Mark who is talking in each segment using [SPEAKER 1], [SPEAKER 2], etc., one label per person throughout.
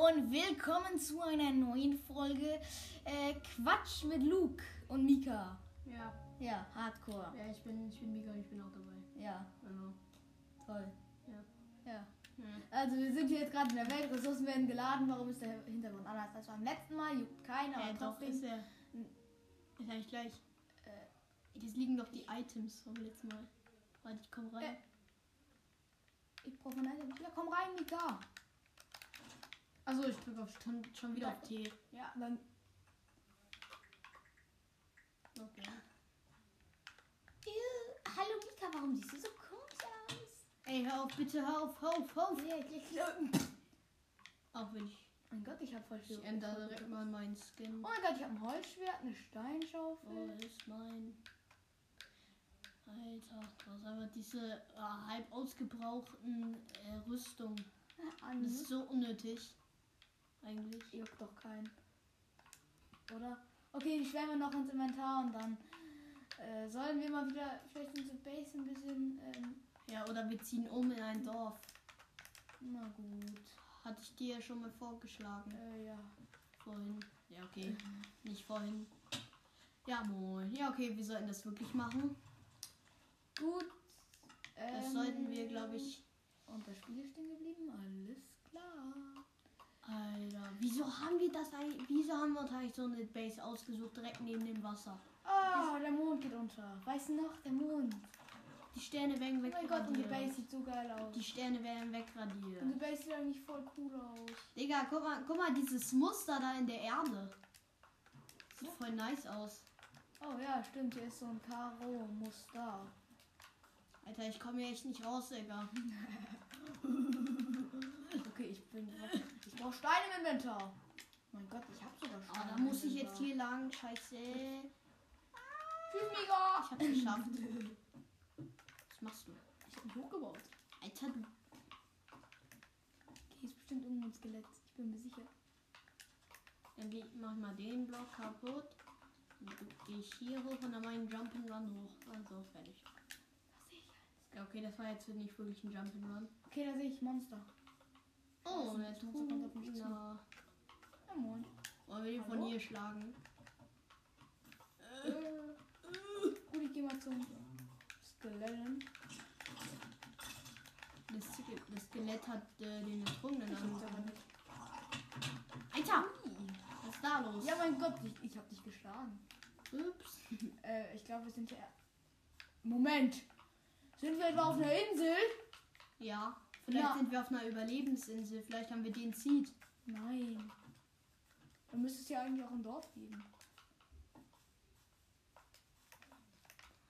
[SPEAKER 1] willkommen zu einer neuen Folge äh, Quatsch mit Luke und Mika.
[SPEAKER 2] Ja,
[SPEAKER 1] Ja, Hardcore.
[SPEAKER 2] ja ich, bin, ich bin Mika, ich bin auch dabei.
[SPEAKER 1] Ja,
[SPEAKER 2] Also,
[SPEAKER 1] toll.
[SPEAKER 2] ja.
[SPEAKER 1] Ja.
[SPEAKER 2] Ja.
[SPEAKER 1] Also wir sind hier jetzt gerade in der Welt, Ressourcen werden geladen. Warum ist der Hintergrund anders als beim letzten Mal? Juckt keiner,
[SPEAKER 2] ja
[SPEAKER 1] aber
[SPEAKER 2] doch,
[SPEAKER 1] trotzdem.
[SPEAKER 2] ist er. Ist eigentlich gleich. das liegen doch die Items vom letzten Mal. Warte, ich komm rein.
[SPEAKER 1] Ich brauche ein Item. Ja, komm rein, Mika.
[SPEAKER 2] Achso, also ich drücke auf, schon, schon wieder auf T.
[SPEAKER 1] Ja, dann
[SPEAKER 2] Okay.
[SPEAKER 1] Ew, Hallo Mika, warum siehst du so komisch aus? Oh,
[SPEAKER 2] Ey, hör auf, bitte, hör auf, hör auf, hör auf.
[SPEAKER 1] Ja, gleich löten.
[SPEAKER 2] Auch wenn ich,
[SPEAKER 1] Mein Gott, ich hab voll
[SPEAKER 2] ich
[SPEAKER 1] Schiss.
[SPEAKER 2] ändere direkt mal meinen Skin.
[SPEAKER 1] Oh mein Gott, ich hab ein Holzschwert, eine
[SPEAKER 2] Oh,
[SPEAKER 1] Steinschaufel.
[SPEAKER 2] das ist mein. Alter, das ist einfach diese äh, halb ausgebrauchten äh, Rüstung. Das
[SPEAKER 1] Alles.
[SPEAKER 2] ist so unnötig. Eigentlich.
[SPEAKER 1] Juckt doch keinen. Oder? Okay, die schwärmen noch ins Inventar und dann äh, sollen wir mal wieder vielleicht unsere Base ein bisschen. Ähm,
[SPEAKER 2] Ja, oder wir ziehen um in ein Dorf.
[SPEAKER 1] na gut.
[SPEAKER 2] Hatte ich dir ja schon mal vorgeschlagen.
[SPEAKER 1] Äh, ja.
[SPEAKER 2] Vorhin. Ja, okay.
[SPEAKER 1] Mhm.
[SPEAKER 2] Nicht vorhin. Ja, moin. Ja, okay, wir sollten das wirklich machen.
[SPEAKER 1] Gut.
[SPEAKER 2] Das
[SPEAKER 1] ähm,
[SPEAKER 2] sollten wir, glaube ich.
[SPEAKER 1] Und das Spiel ist stehen geblieben? Alles klar.
[SPEAKER 2] Alter, wieso haben wir das eigentlich? Wieso haben wir uns eigentlich so eine Base ausgesucht, direkt neben dem Wasser?
[SPEAKER 1] Ah, der Mond geht unter. Weißt du noch? Der Mond.
[SPEAKER 2] Die Sterne werden
[SPEAKER 1] Oh mein Gott, unsere Base
[SPEAKER 2] wegradiert.
[SPEAKER 1] sieht so geil aus.
[SPEAKER 2] Die Sterne werden wegradiert.
[SPEAKER 1] Unsere Base sieht eigentlich voll cool aus.
[SPEAKER 2] Digga, guck mal, guck mal, dieses Muster da in der Erde. Sieht voll nice aus.
[SPEAKER 1] Oh ja, stimmt, hier ist so ein Karo-Muster.
[SPEAKER 2] Alter, ich komme hier echt nicht raus, Digga.
[SPEAKER 1] Okay, ich bin. Ich brauche Steine im Inventar. Mein Gott, ich habe sogar
[SPEAKER 2] Ah,
[SPEAKER 1] Steine.
[SPEAKER 2] da
[SPEAKER 1] im
[SPEAKER 2] muss ich jetzt
[SPEAKER 1] Inventar.
[SPEAKER 2] hier lang. Scheiße. Ich
[SPEAKER 1] Tschüss, Mega!
[SPEAKER 2] hab's geschafft. Was machst du?
[SPEAKER 1] Ich hab mich hochgebaut.
[SPEAKER 2] Alter, du.
[SPEAKER 1] Okay, ist bestimmt irgendein Skelett. Ich bin mir sicher.
[SPEAKER 2] Dann geh, mach mal den Block kaputt. Dann gehe ich hier hoch und dann meinen Jump'n'Run hoch. Also, fertig.
[SPEAKER 1] Da sehe ich eins.
[SPEAKER 2] Ja, okay, das war jetzt nicht wirklich ein Jump'n'Run.
[SPEAKER 1] Okay, da sehe ich Monster.
[SPEAKER 2] Oh,
[SPEAKER 1] Das
[SPEAKER 2] das
[SPEAKER 1] ist ein Monster, kommt auf mich zu.
[SPEAKER 2] Na,
[SPEAKER 1] Ja, moin.
[SPEAKER 2] Wollen wir den von
[SPEAKER 1] Hallo?
[SPEAKER 2] hier schlagen?
[SPEAKER 1] Äh, Gut, ich gehe mal zum Skelett.
[SPEAKER 2] Das, Ske- das Skelett hat äh, den Ertrunkenen
[SPEAKER 1] Ich hab's aber
[SPEAKER 2] angefangen.
[SPEAKER 1] nicht.
[SPEAKER 2] Alter! Was ist da los?
[SPEAKER 1] Ja, mein Gott, ich, ich hab dich geschlagen.
[SPEAKER 2] Ups.
[SPEAKER 1] Äh, ich glaube, wir sind ja. Moment! Sind wir etwa auf einer Insel?
[SPEAKER 2] Ja, vielleicht
[SPEAKER 1] Ja.
[SPEAKER 2] sind wir auf einer Überlebensinsel. Vielleicht haben wir den Seed.
[SPEAKER 1] Nein. Dann müsste es ja eigentlich auch ein Dorf geben.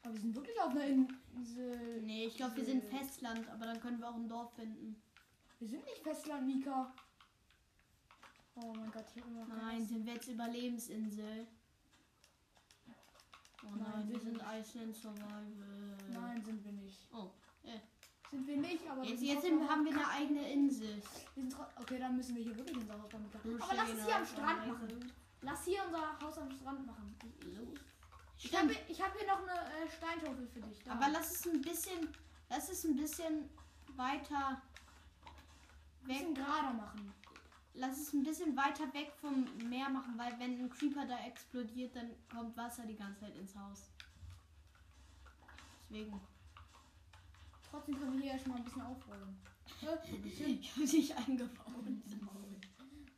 [SPEAKER 1] Aber wir sind wirklich auf einer Insel.
[SPEAKER 2] Nee, ich glaube, wir sind Festland, aber dann können wir auch ein Dorf finden.
[SPEAKER 1] Wir sind nicht Festland, Mika. Oh mein Gott, hier immer noch
[SPEAKER 2] Nein,
[SPEAKER 1] keins.
[SPEAKER 2] sind wir jetzt Überlebensinsel? Oh nein,
[SPEAKER 1] Nein,
[SPEAKER 2] wir
[SPEAKER 1] wir
[SPEAKER 2] sind
[SPEAKER 1] sind-
[SPEAKER 2] Iceland Survival.
[SPEAKER 1] Nein, sind wir nicht.
[SPEAKER 2] Oh. Äh.
[SPEAKER 1] Sind wir nicht, aber
[SPEAKER 2] Jetzt,
[SPEAKER 1] wir sind
[SPEAKER 2] jetzt sind,
[SPEAKER 1] trotzdem-
[SPEAKER 2] haben wir eine eigene Insel.
[SPEAKER 1] wir sind tro- Okay, dann müssen wir hier wirklich unser Haus machen.
[SPEAKER 2] Wir
[SPEAKER 1] Aber lass es
[SPEAKER 2] stehen
[SPEAKER 1] hier am
[SPEAKER 2] auf
[SPEAKER 1] Strand
[SPEAKER 2] einer
[SPEAKER 1] machen.
[SPEAKER 2] Insel.
[SPEAKER 1] Lass hier unser Haus am Strand machen.
[SPEAKER 2] So.
[SPEAKER 1] Ich habe ich hab hier noch eine äh, Steintafel für dich. Da.
[SPEAKER 2] Aber lass es ein bisschen, lass es ein bisschen weiter
[SPEAKER 1] ein bisschen
[SPEAKER 2] weg.
[SPEAKER 1] gerader machen.
[SPEAKER 2] Lass es ein bisschen weiter weg vom Meer machen, weil wenn ein Creeper da explodiert, dann kommt Wasser die ganze Zeit ins Haus. Deswegen.
[SPEAKER 1] Trotzdem können wir hier erstmal ein bisschen aufräumen.
[SPEAKER 2] Ich habe dich eingebaut.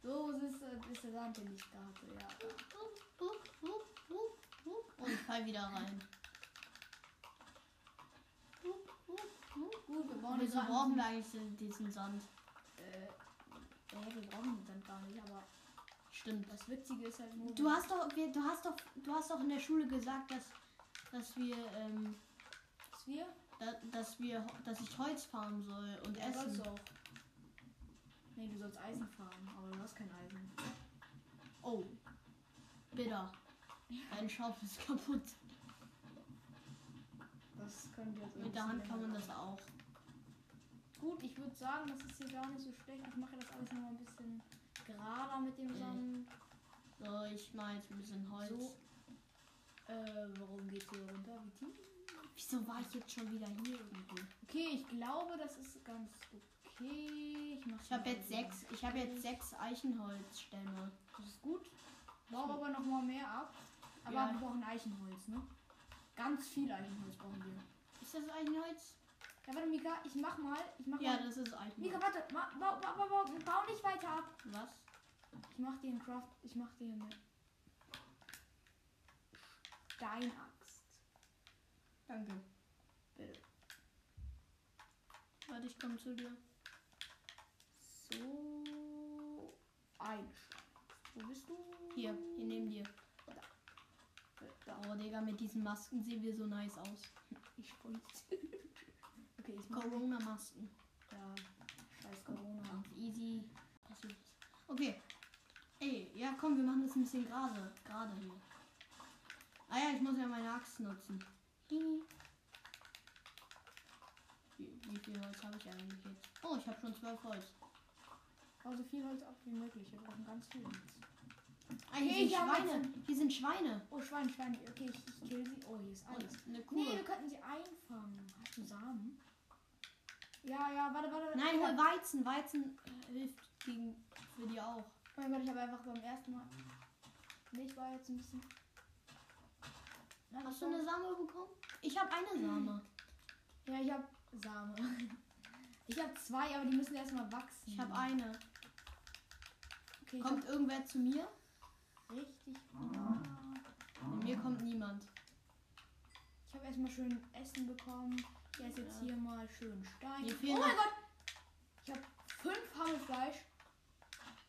[SPEAKER 1] So ist, äh, ist der Sand, den ich da hatte, ja.
[SPEAKER 2] Und ich fall wieder rein.
[SPEAKER 1] Gut, wir brauchen
[SPEAKER 2] Wieso
[SPEAKER 1] jetzt
[SPEAKER 2] brauchen wir eigentlich diesen Sand?
[SPEAKER 1] Äh, äh, wir brauchen den Sand gar nicht, aber
[SPEAKER 2] Stimmt.
[SPEAKER 1] das Witzige ist halt nur...
[SPEAKER 2] Du hast doch, wir, du hast doch, du hast doch in der Schule gesagt, dass, dass wir, ähm,
[SPEAKER 1] dass wir...
[SPEAKER 2] da, dass wir, ho- dass ich Holz farmen soll und
[SPEAKER 1] Ja, sollst
[SPEAKER 2] essen.
[SPEAKER 1] du auch. Nee, du sollst Eisen fahren, aber du hast kein Eisen.
[SPEAKER 2] Oh, bitter. Ein Schaufel ist kaputt.
[SPEAKER 1] Das können wir jetzt
[SPEAKER 2] Mit der Hand kann man das auch.
[SPEAKER 1] Gut, ich würde sagen, das ist hier gar nicht so schlecht. Ich mache das alles nochmal ein bisschen gerader mit dem
[SPEAKER 2] Mhm.
[SPEAKER 1] Sand.
[SPEAKER 2] So, ich mal jetzt ein bisschen Holz.
[SPEAKER 1] So. Äh, warum geht's hier runter? Wie tief?
[SPEAKER 2] Wieso war ich jetzt schon wieder hier irgendwo?
[SPEAKER 1] Okay, ich glaube, das ist ganz okay. Okay, ich mach
[SPEAKER 2] Ich habe jetzt sechs. Ich habe jetzt sechs Eichenholzstämme.
[SPEAKER 1] Das ist gut. Baue aber noch mal mehr ab. Aber
[SPEAKER 2] Ja.
[SPEAKER 1] wir brauchen Eichenholz, ne? Ganz viel Eichenholz brauchen wir.
[SPEAKER 2] Ist das Eichenholz?
[SPEAKER 1] Ja, warte, Mika, ich mach mal. Ich mach
[SPEAKER 2] Ja,
[SPEAKER 1] mal.
[SPEAKER 2] das ist
[SPEAKER 1] Mhm. Mika,
[SPEAKER 2] Eichenholz.
[SPEAKER 1] warte, ma, bau, bau, bau, bau, bau nicht weiter ab.
[SPEAKER 2] Was?
[SPEAKER 1] Ich mach dir einen Craft. Ich mach dir eine Steinaxt.
[SPEAKER 2] Danke.
[SPEAKER 1] Bitte.
[SPEAKER 2] Warte, ich komme zu dir.
[SPEAKER 1] So. Eine Steinaxt. Wo bist du?
[SPEAKER 2] Hier, hier neben dir.
[SPEAKER 1] Da.
[SPEAKER 2] Oh, Digga, mit diesen Masken sehen wir so nice aus.
[SPEAKER 1] Ich spritz. okay, ich mach.
[SPEAKER 2] Corona-Masken.
[SPEAKER 1] Ja. Scheiß Corona.
[SPEAKER 2] Ganz easy. Also, Okay. Ey, ja komm, wir machen das ein bisschen gerade. Gerade hier. Ah ja, ich muss ja meine Axt nutzen. Hihi. Wie, wie viel Holz habe ich eigentlich jetzt? Oh, ich habe schon zwölf Holz.
[SPEAKER 1] Bau so viel Holz ab wie möglich. Wir brauchen ganz viel Holz.
[SPEAKER 2] Ah, hier
[SPEAKER 1] Hey,
[SPEAKER 2] sind
[SPEAKER 1] ich hab
[SPEAKER 2] Schweine. Hier sind Schweine.
[SPEAKER 1] Oh, Schwein, Schwein. Okay, ich, ich kill sie. Oh, hier ist Eis.
[SPEAKER 2] Und eine Kuh.
[SPEAKER 1] Nee, wir könnten sie einfangen. Hast du Samen? Ja, ja, warte, warte. warte.
[SPEAKER 2] Nein, hol Weizen. Weizen äh, hilft gegen für die auch.
[SPEAKER 1] Mein Gott, ich habe einfach beim ersten Mal. Nee, ich war jetzt ein bisschen. Nein,
[SPEAKER 2] Hast
[SPEAKER 1] ich
[SPEAKER 2] du
[SPEAKER 1] war-
[SPEAKER 2] eine Same bekommen? Hm. Ich habe eine Same.
[SPEAKER 1] Ja, ich habe Samen. Ich habe zwei, aber die müssen erstmal wachsen.
[SPEAKER 2] Ich habe eine.
[SPEAKER 1] Okay, ich
[SPEAKER 2] Kommt irgendwer zu mir?
[SPEAKER 1] hab richtig. Ja.
[SPEAKER 2] Bei mir kommt niemand.
[SPEAKER 1] Ich habe erstmal schön Essen bekommen. Ich esse jetzt
[SPEAKER 2] Ja.
[SPEAKER 1] hier mal schön Stein.
[SPEAKER 2] Mir
[SPEAKER 1] Oh
[SPEAKER 2] fehlen
[SPEAKER 1] mein
[SPEAKER 2] noch-
[SPEAKER 1] Gott! Ich habe fünf Hammelfleisch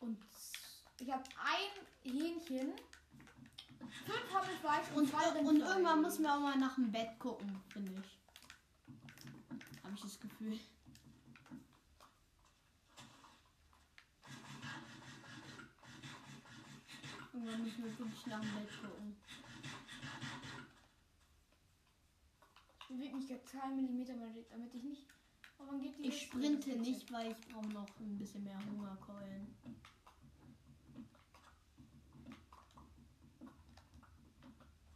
[SPEAKER 1] und z- ich habe ein Hähnchen, fünf Hammelfleisch und,
[SPEAKER 2] Und,
[SPEAKER 1] zwei
[SPEAKER 2] und
[SPEAKER 1] Rindfleisch.
[SPEAKER 2] irgendwann müssen wir auch mal nach dem Bett gucken, finde ich. Habe ich das Gefühl. Irgendwann müssen wir wirklich nach dem Bett gucken.
[SPEAKER 1] Ich bewege mich gerade keinen Millimeter, damit ich nicht. Oh, wann geht die
[SPEAKER 2] Ich
[SPEAKER 1] letzte-
[SPEAKER 2] sprinte
[SPEAKER 1] letzte-
[SPEAKER 2] nicht, weil ich brauche noch ein bisschen mehr Hungerkeulen.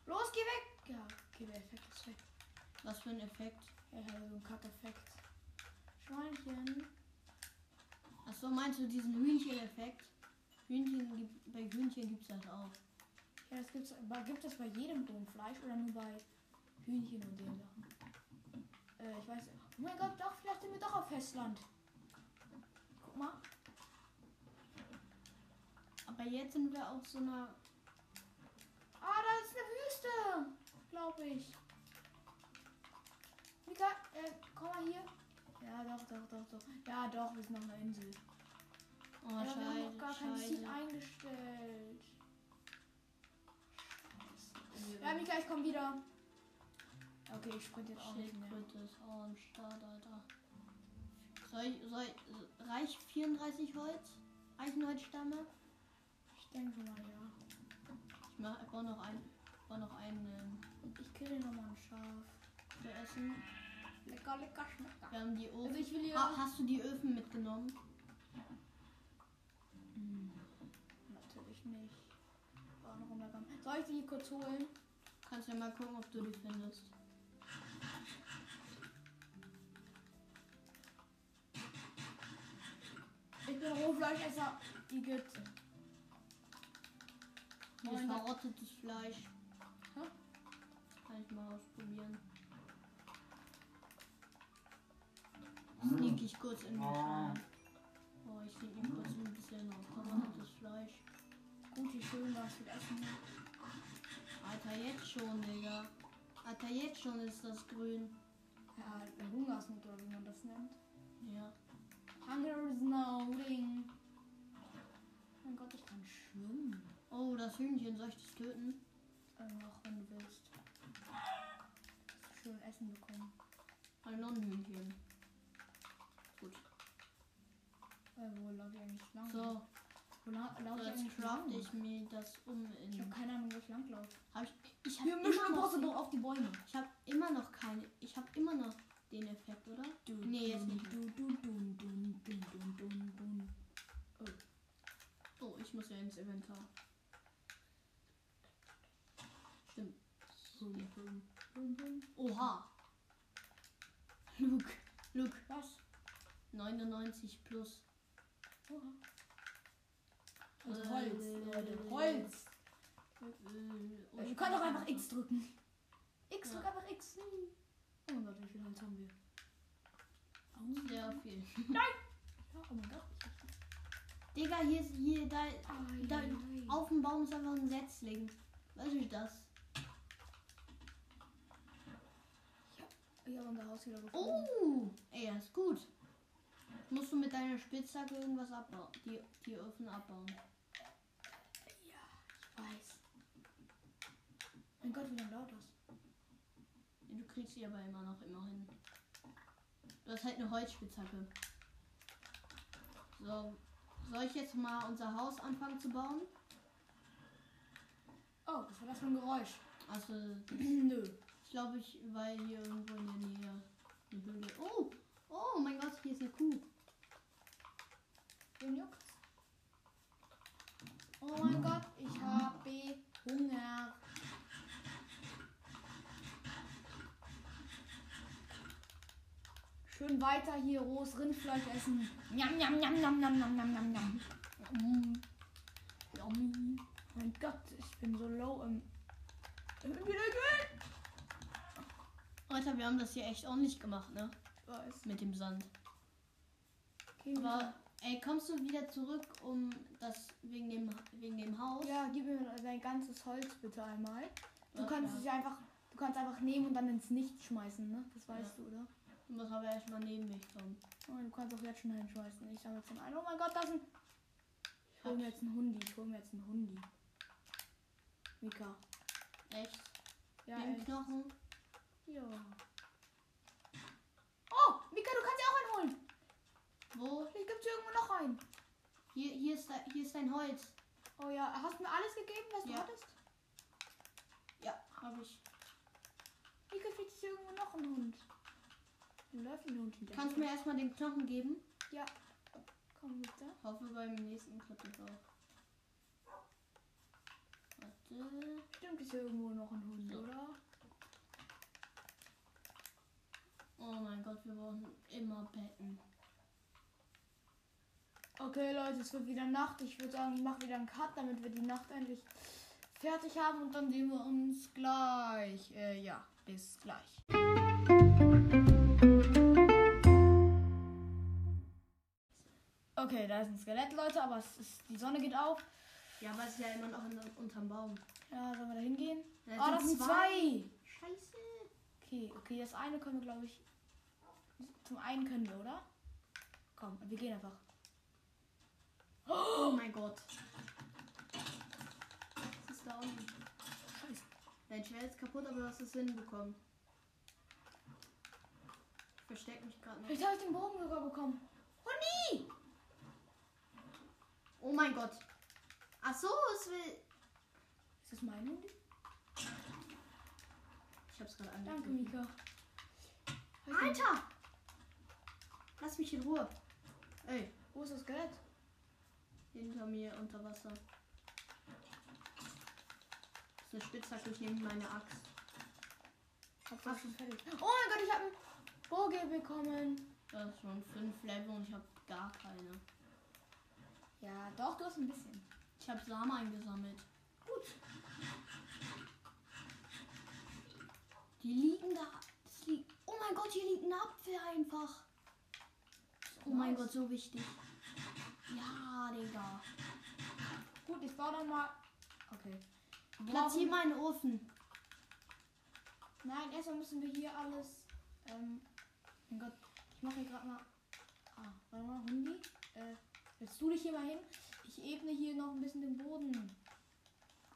[SPEAKER 1] Los, geh weg! Ja, okay, der Effekt ist weg.
[SPEAKER 2] Was für ein Effekt.
[SPEAKER 1] Ja, ich hatte so einen Cut-Effekt. Schweinchen.
[SPEAKER 2] Achso, meinst du diesen Hühnchen-Effekt? Hühnchen gibt, bei Hühnchen gibt es das auch.
[SPEAKER 1] Ja, das gibt's, aber gibt es bei jedem Rindfleisch oder nur bei Hühnchen und den Sachen? Äh, ich weiß. Oh mein Gott, doch, vielleicht sind wir doch auf Festland. Guck mal.
[SPEAKER 2] Aber jetzt sind wir auf so einer.
[SPEAKER 1] Ah, da ist eine Wüste, glaube ich. Mika, äh, komm mal hier. Ja, doch, doch, doch, doch. Ja, doch, wir sind auf einer Insel.
[SPEAKER 2] Oh,
[SPEAKER 1] Aber wir haben
[SPEAKER 2] scheiße.
[SPEAKER 1] noch gar kein Ziel
[SPEAKER 2] scheiße.
[SPEAKER 1] eingestellt. Ja, Mika, ich komm wieder. Okay, ich sprinte jetzt auch nicht mehr.
[SPEAKER 2] Schildkröte ist auch am Oh, Start, Alter. Soll ich, soll ich, reicht 34 Holz? Eichenholzstämme?
[SPEAKER 1] Ich denke mal, ja.
[SPEAKER 2] Ich mach, ich brauch noch ein, ich brauch noch einen
[SPEAKER 1] Ich kill nochmal ein Schaf.
[SPEAKER 2] ähm, zu essen.
[SPEAKER 1] Lecker, lecker, schmecker.
[SPEAKER 2] Wir haben die
[SPEAKER 1] Also
[SPEAKER 2] Öfen.
[SPEAKER 1] ich will hier...
[SPEAKER 2] Ha, hast du die Öfen mitgenommen?
[SPEAKER 1] Hm, Natürlich nicht. War noch runtergekommen. Soll ich die kurz holen?
[SPEAKER 2] Kannst ja mal gucken, ob du die findest.
[SPEAKER 1] Ich bin Rohfleischesser. Igitt.
[SPEAKER 2] Hier
[SPEAKER 1] Moin.
[SPEAKER 2] ist verrottetes Fleisch.
[SPEAKER 1] Hä?
[SPEAKER 2] Kann ich mal ausprobieren. Sneak ich kurz in den Schrank. Oh, ich sneak mich kurz ein bisschen auf verrottetes Fleisch.
[SPEAKER 1] Gut, wie schön was wir essen.
[SPEAKER 2] Alter, jetzt schon, Digga. Alter, jetzt schon ist das grün.
[SPEAKER 1] Ja, der Hungersnot oder wie man das nennt.
[SPEAKER 2] Ja.
[SPEAKER 1] Hunger is no ding. Mein Gott, ich kann schwimmen.
[SPEAKER 2] Oh, das Hühnchen, soll ich das töten?
[SPEAKER 1] Ähm, auch wenn du willst. Hast du Schön Essen bekommen.
[SPEAKER 2] Ein noch ein Hühnchen. Gut.
[SPEAKER 1] Äh, wo laufe ich eigentlich lang?
[SPEAKER 2] So,
[SPEAKER 1] Wo la
[SPEAKER 2] so,
[SPEAKER 1] laufe ich
[SPEAKER 2] jetzt
[SPEAKER 1] eigentlich
[SPEAKER 2] craft
[SPEAKER 1] lang? Ich,
[SPEAKER 2] ich mir das um
[SPEAKER 1] habe
[SPEAKER 2] in.
[SPEAKER 1] keine Ahnung, wo ich lang laufe.
[SPEAKER 2] Hab ich, ich hab immer noch,
[SPEAKER 1] auf die Bäume.
[SPEAKER 2] ich hab immer noch keine. Ich hab immer noch den Effekt, oder?
[SPEAKER 1] Du,
[SPEAKER 2] Nee, jetzt nicht.
[SPEAKER 1] Du, du, du, du, du, du, du, du.
[SPEAKER 2] Oh, ich muss ja ins Inventar. Stimmt.
[SPEAKER 1] Bum, bum, bum, bum.
[SPEAKER 2] Oha. Luke. Luke.
[SPEAKER 1] Was?
[SPEAKER 2] 99 plus.
[SPEAKER 1] Oha.
[SPEAKER 3] Und
[SPEAKER 2] Äh,
[SPEAKER 3] Holz, Leute.
[SPEAKER 2] äh,
[SPEAKER 3] Holz.
[SPEAKER 2] Äh,
[SPEAKER 1] Äh,
[SPEAKER 2] und
[SPEAKER 1] ihr könnt doch
[SPEAKER 2] Speicher.
[SPEAKER 1] einfach X drücken. X
[SPEAKER 2] Ja.
[SPEAKER 1] drück einfach X. Oh mein Gott, wie viel Holz haben wir?
[SPEAKER 2] Sehr viel.
[SPEAKER 1] Ja, oh mein Oh Gott.
[SPEAKER 2] Digga, hier ist hier da,
[SPEAKER 1] Ei,
[SPEAKER 2] da
[SPEAKER 1] ei.
[SPEAKER 2] auf dem Baum ist einfach ein Setzling. Was ist das?
[SPEAKER 1] Ich habe unser Haus wieder gefunden.
[SPEAKER 2] Oh, ey, das ist gut. Musst du mit deiner Spitzhacke irgendwas abbauen? Die, die Öfen abbauen.
[SPEAKER 1] Ich weiß. Mein Gott, wie lange dauert das?
[SPEAKER 2] Du kriegst sie aber immer noch immer hin. Du hast halt eine Holzspitzhacke. So, soll ich jetzt mal unser Haus anfangen zu bauen?
[SPEAKER 1] Oh, was war das für ein Geräusch?
[SPEAKER 2] Also,
[SPEAKER 1] Nö.
[SPEAKER 2] ich glaube, ich war hier irgendwo in der Nähe eine Höhle. Oh, oh mein Gott, hier ist eine Kuh.
[SPEAKER 1] Den juckt's. Oh mein Gott, ich habe Hunger. Schön weiter hier rohes Rindfleisch essen. Njam, njam, njam, njam, njam, njam, njam, njam, njam. Mm. Yummy. Mein Gott, ich bin so low im... Ich
[SPEAKER 2] Alter, wir haben das hier echt ordentlich gemacht, ne?
[SPEAKER 1] weiß.
[SPEAKER 2] Mit dem Sand.
[SPEAKER 1] Okay,
[SPEAKER 2] Aber, ey, kommst du wieder zurück, um das wegen dem, wegen dem Haus?
[SPEAKER 1] Ja, gib mir dein ganzes Holz bitte einmal. Du
[SPEAKER 2] Ja,
[SPEAKER 1] kannst
[SPEAKER 2] ja.
[SPEAKER 1] es ja einfach, du kannst einfach nehmen und dann ins Nichts schmeißen, ne? Das weißt du, oder?
[SPEAKER 2] Du musst aber erstmal neben mich kommen.
[SPEAKER 1] Und Oh, du kannst auch jetzt schon hinschmeißen. Ich sammle jetzt den einen. Oh mein Gott, das ist ein. Ich hol mir jetzt einen Hundi. Ich hol mir jetzt einen Hundi. Mika.
[SPEAKER 2] Echt?
[SPEAKER 1] Ja,
[SPEAKER 2] Mit dem
[SPEAKER 1] ey.
[SPEAKER 2] Knochen?
[SPEAKER 1] Ja. Oh, Mika, du kannst ja auch einen holen.
[SPEAKER 2] Wo?
[SPEAKER 1] Vielleicht gibt's hier irgendwo noch einen.
[SPEAKER 2] Hier, hier, ist, de- hier ist dein Holz.
[SPEAKER 1] Oh ja, hast du mir alles gegeben, was du
[SPEAKER 2] Ja.
[SPEAKER 1] hattest?
[SPEAKER 2] Ja, habe ich.
[SPEAKER 1] Mika, vielleicht ist hier irgendwo noch ein Hund. Ein Löffelhund hinter
[SPEAKER 2] Kannst du mir erstmal den Knochen geben?
[SPEAKER 1] Ja. Komm, bitte.
[SPEAKER 2] Hoffe beim nächsten klappt das auch. Warte.
[SPEAKER 1] Stimmt, ist hier irgendwo noch ein Hund, oder?
[SPEAKER 2] Oh mein Gott, wir brauchen immer Betten.
[SPEAKER 1] Okay, Leute, es wird wieder Nacht. Ich würde sagen, ich mache wieder einen Cut, damit wir die Nacht endlich fertig haben und dann sehen wir uns gleich. Äh, ja, bis gleich. Okay, da ist ein Skelett, Leute, aber es ist, die Sonne geht auf.
[SPEAKER 2] Ja, aber es ist ja immer noch in, unterm Baum.
[SPEAKER 1] Ja, sollen wir da hingehen?
[SPEAKER 2] Ja,
[SPEAKER 1] oh, das sind zwei.
[SPEAKER 2] Scheiße.
[SPEAKER 1] Okay, okay, das eine können wir, glaube ich. Zum einen können wir, oder? Komm, wir gehen einfach.
[SPEAKER 2] Oh mein Gott. Was ist da unten?
[SPEAKER 1] Scheiße.
[SPEAKER 2] Dein Schwert ist kaputt, aber du hast es hinbekommen. Ich versteck mich gerade noch.
[SPEAKER 1] Vielleicht habe ich den Bogen sogar bekommen. Hundi!
[SPEAKER 2] Oh mein Gott. Ach so, es will.
[SPEAKER 1] Ist das mein Hundi?
[SPEAKER 2] Ich hab's gerade
[SPEAKER 1] Danke,
[SPEAKER 2] angegriffen.
[SPEAKER 1] Mika. Alter,
[SPEAKER 2] Alter! Lass mich in Ruhe. Ey,
[SPEAKER 1] wo ist das Skelett?
[SPEAKER 2] hinter mir unter Wasser. Das ist eine Spitzhacke, ich nehme meine Axt.
[SPEAKER 1] Hab's doch schon fertig. Oh mein Gott, ich habe einen Bogen bekommen.
[SPEAKER 2] Das ist schon fünf Level und ich habe gar keine.
[SPEAKER 1] Ja, doch, du hast ein bisschen.
[SPEAKER 2] Ich habe Samen eingesammelt.
[SPEAKER 1] Gut.
[SPEAKER 2] Die liegen da. Das liegt, oh mein Gott, hier liegt eine Abwehr einfach. Oh mein Gott, so wichtig. Ja, Digga.
[SPEAKER 1] Gut, ich baue dann mal. Okay.
[SPEAKER 2] Platzier meinen Ofen.
[SPEAKER 1] Nein, erstmal müssen wir hier alles. Ähm, mein Gott, ich mache hier gerade mal. Ah, warte mal, Hundi. Äh, willst du dich hier mal hin? Ich ebne hier noch ein bisschen den Boden.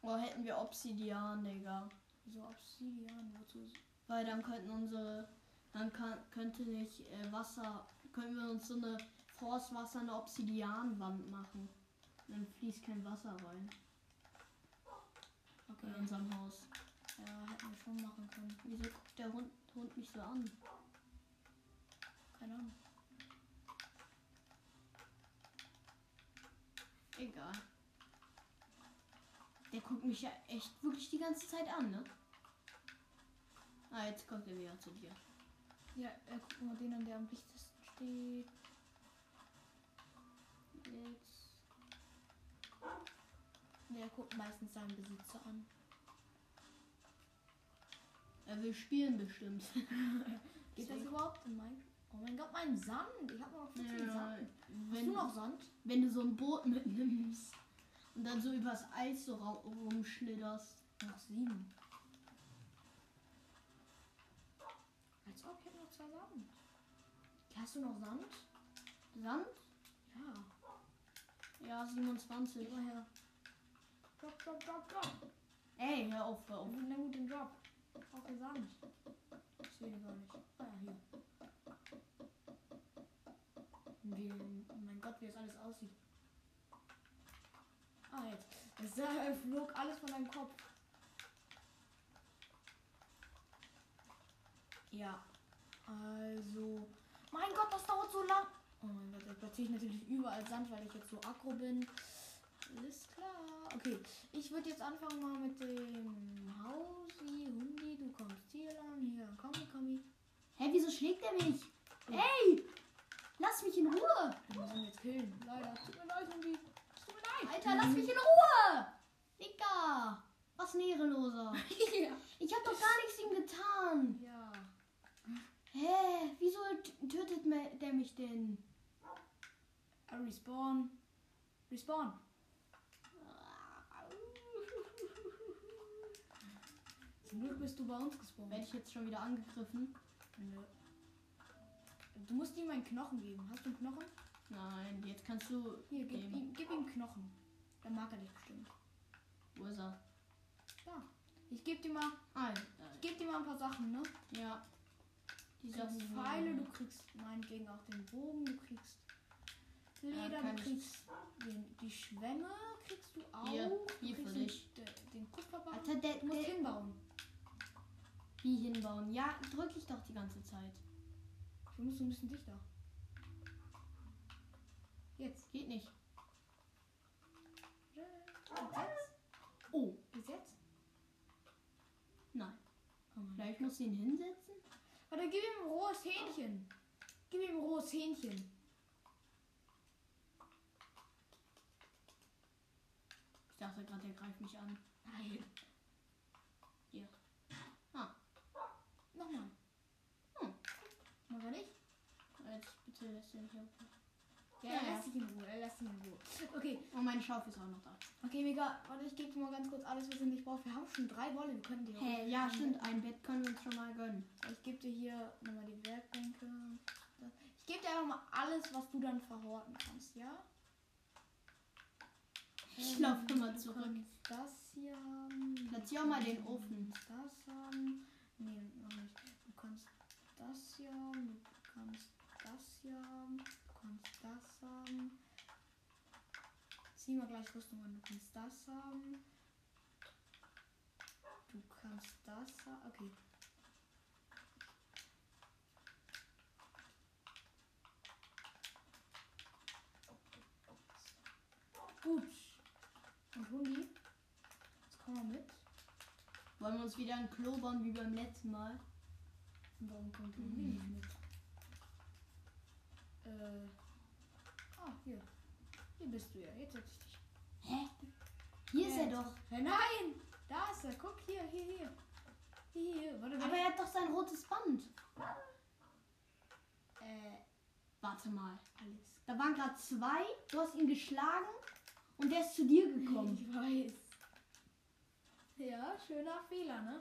[SPEAKER 2] Oh, hätten wir Obsidian, Digga.
[SPEAKER 1] So Obsidian, wozu?
[SPEAKER 2] Weil dann könnten unsere. Dann kann, könnte nicht äh, Wasser. Können wir uns so eine Frostwasser, eine Obsidianwand machen. Dann fließt kein Wasser rein
[SPEAKER 1] Okay,
[SPEAKER 2] in unserem Haus.
[SPEAKER 1] ja, hätten wir schon machen können.
[SPEAKER 2] Wieso guckt der Hund, Hund mich so an?
[SPEAKER 1] Keine Ahnung.
[SPEAKER 2] Egal. Der guckt mich ja echt wirklich die ganze Zeit an, ne? Ah, jetzt kommt er wieder zu dir.
[SPEAKER 1] Ja, äh, guck mal den an, der am dichtesten steht.
[SPEAKER 2] Jetzt.
[SPEAKER 1] Der guckt meistens seinen Besitzer an.
[SPEAKER 2] Er will spielen bestimmt.
[SPEAKER 1] Geht das
[SPEAKER 2] Deswegen-
[SPEAKER 1] überhaupt in Minecraft? Oh mein Gott, mein Sand. Ich habe noch viel
[SPEAKER 2] Ja,
[SPEAKER 1] Sand. Hast
[SPEAKER 2] wenn,
[SPEAKER 1] du noch Sand?
[SPEAKER 2] wenn du so ein Boot mitnimmst und dann so übers Eis so ra- rumschlitterst.
[SPEAKER 1] Noch sieben. Als ob, ich hätte noch zwei Sand. Hast du noch Sand?
[SPEAKER 2] Sand?
[SPEAKER 1] Ja.
[SPEAKER 2] Ja, 27.
[SPEAKER 1] Gib mal her. Drop, drop, drop, drop.
[SPEAKER 2] Ey, hör auf, hör
[SPEAKER 1] Oh,
[SPEAKER 2] auf.
[SPEAKER 1] na gut, den Drop. Auf den Sand. Ich sehe den gar nicht. Ah, ja, hier. Wie, mein Gott, wie das alles aussieht. Ah, jetzt. Es äh, flog alles von deinem Kopf. Ja. Also. Mein Gott, das dauert so lang. Oh mein Gott, jetzt platziere ich natürlich überall Sand, weil ich jetzt so aggro bin. Alles klar. Okay, ich würde jetzt anfangen mal mit dem Hausi, Hundi, du kommst hier lang, hier lang, komm, komm.
[SPEAKER 2] Hä, wieso schlägt er mich? Ey! Lass mich in Ruhe!
[SPEAKER 1] Wir müssen jetzt killen. Leider. Tut mir leid, Hundi. Tut mir leid.
[SPEAKER 2] Alter, lass mich in Ruhe! Digga! Was ein Ehrenloser! Ich hab doch gar nichts ihm getan!
[SPEAKER 1] Ja.
[SPEAKER 2] Hä? Wieso t- tötet me- der mich denn?
[SPEAKER 1] Ah, Respawn. Respawn. Zum Glück bist du bei uns
[SPEAKER 2] Werde
[SPEAKER 1] gespawnt.
[SPEAKER 2] ich jetzt schon wieder angegriffen?
[SPEAKER 1] Nö. Du musst ihm einen Knochen geben. Hast du einen Knochen?
[SPEAKER 2] Nein, jetzt kannst du.
[SPEAKER 1] Hier, gib
[SPEAKER 2] Geben.
[SPEAKER 1] ihm, gib ihm Knochen. Dann mag er dich bestimmt.
[SPEAKER 2] Wo ist er?
[SPEAKER 1] Da. Ich gebe dir mal,
[SPEAKER 2] Ah,
[SPEAKER 1] ich
[SPEAKER 2] äh,
[SPEAKER 1] geb dir mal ein paar Sachen, ne?
[SPEAKER 2] ja. Die
[SPEAKER 1] Du
[SPEAKER 2] Mhm.
[SPEAKER 1] kriegst Pfeile, du kriegst meinetwegen auch den Bogen, du kriegst Leder,
[SPEAKER 2] kann
[SPEAKER 1] du
[SPEAKER 2] ich-
[SPEAKER 1] kriegst den, die Schwämme, kriegst du auch.
[SPEAKER 2] Hier,
[SPEAKER 1] du
[SPEAKER 2] hier
[SPEAKER 1] kriegst
[SPEAKER 2] für dich.
[SPEAKER 1] Den, de- den Kupferbahn.
[SPEAKER 2] Alter, der,
[SPEAKER 1] Du musst
[SPEAKER 2] der.
[SPEAKER 1] hinbauen.
[SPEAKER 2] Wie hinbauen? Ja, drück ich doch die ganze Zeit.
[SPEAKER 1] Du musst so ein bisschen dichter. Jetzt.
[SPEAKER 2] Geht nicht.
[SPEAKER 1] Bis jetzt?
[SPEAKER 2] Oh,
[SPEAKER 1] Bis jetzt?
[SPEAKER 2] nein.
[SPEAKER 1] Oh mein
[SPEAKER 2] Vielleicht muss ich ihn hinsetzen?
[SPEAKER 1] Warte, gib ihm ein rohes Hähnchen. Gib ihm ein rohes Hähnchen.
[SPEAKER 2] Ich dachte gerade, der greift mich an.
[SPEAKER 1] Nein.
[SPEAKER 2] Hier. Ah.
[SPEAKER 1] Nochmal.
[SPEAKER 2] Hm.
[SPEAKER 1] Mach er nicht?
[SPEAKER 2] Jetzt bitte lässt er mich auf.
[SPEAKER 1] Ja,
[SPEAKER 2] Ja,
[SPEAKER 1] er
[SPEAKER 2] ja.
[SPEAKER 1] lässt dich in Ruhe. Er lässt dich in Ruhe. Okay,
[SPEAKER 2] Und Oh, mein Schaufel ist auch noch da.
[SPEAKER 1] okay, Mika, warte, ich gebe dir mal ganz kurz alles, was ich nicht brauche. Wir haben schon drei Wolle, wir können die auch-
[SPEAKER 2] Hä, ja, stimmt. Ein Bett können wir uns schon mal gönnen.
[SPEAKER 1] Ich gebe dir hier nochmal die Werkbänke. Ich gebe dir einfach mal alles, was du dann verhorten kannst, ja?
[SPEAKER 2] Ich lauf
[SPEAKER 1] Ähm,
[SPEAKER 2] immer
[SPEAKER 1] du
[SPEAKER 2] zurück.
[SPEAKER 1] kannst Das hier haben.
[SPEAKER 2] Platzier auch mal den Ofen.
[SPEAKER 1] Du kannst Das haben. Nee, noch nicht. Du kannst das hier haben. Du kannst das hier haben. Du kannst das haben. Zieh mal gleich Rüstung an. Du kannst das haben. Du kannst das haben. Okay. Gut. Und Hundi? Jetzt komm mal mit.
[SPEAKER 2] Wollen wir uns wieder ein Klo bauen wie beim letzten Mal?
[SPEAKER 1] Und warum kommt Hundi
[SPEAKER 2] Mhm.
[SPEAKER 1] nicht mit? Äh. Ah, hier. Hier bist du ja. Jetzt setz ich dich.
[SPEAKER 2] Hä? Hier ist
[SPEAKER 1] Ja,
[SPEAKER 2] er
[SPEAKER 1] jetzt-
[SPEAKER 2] doch.
[SPEAKER 1] Hä, nein! Da ist er. Guck hier, hier, hier. Hier, hier. Warte,
[SPEAKER 2] Aber er hat doch sein rotes Band.
[SPEAKER 1] Äh,
[SPEAKER 2] Warte mal.
[SPEAKER 1] alles.
[SPEAKER 2] Da waren gerade zwei. Du hast ihn geschlagen und der ist zu dir gekommen.
[SPEAKER 1] Ich weiß. Ja, schöner Fehler, ne?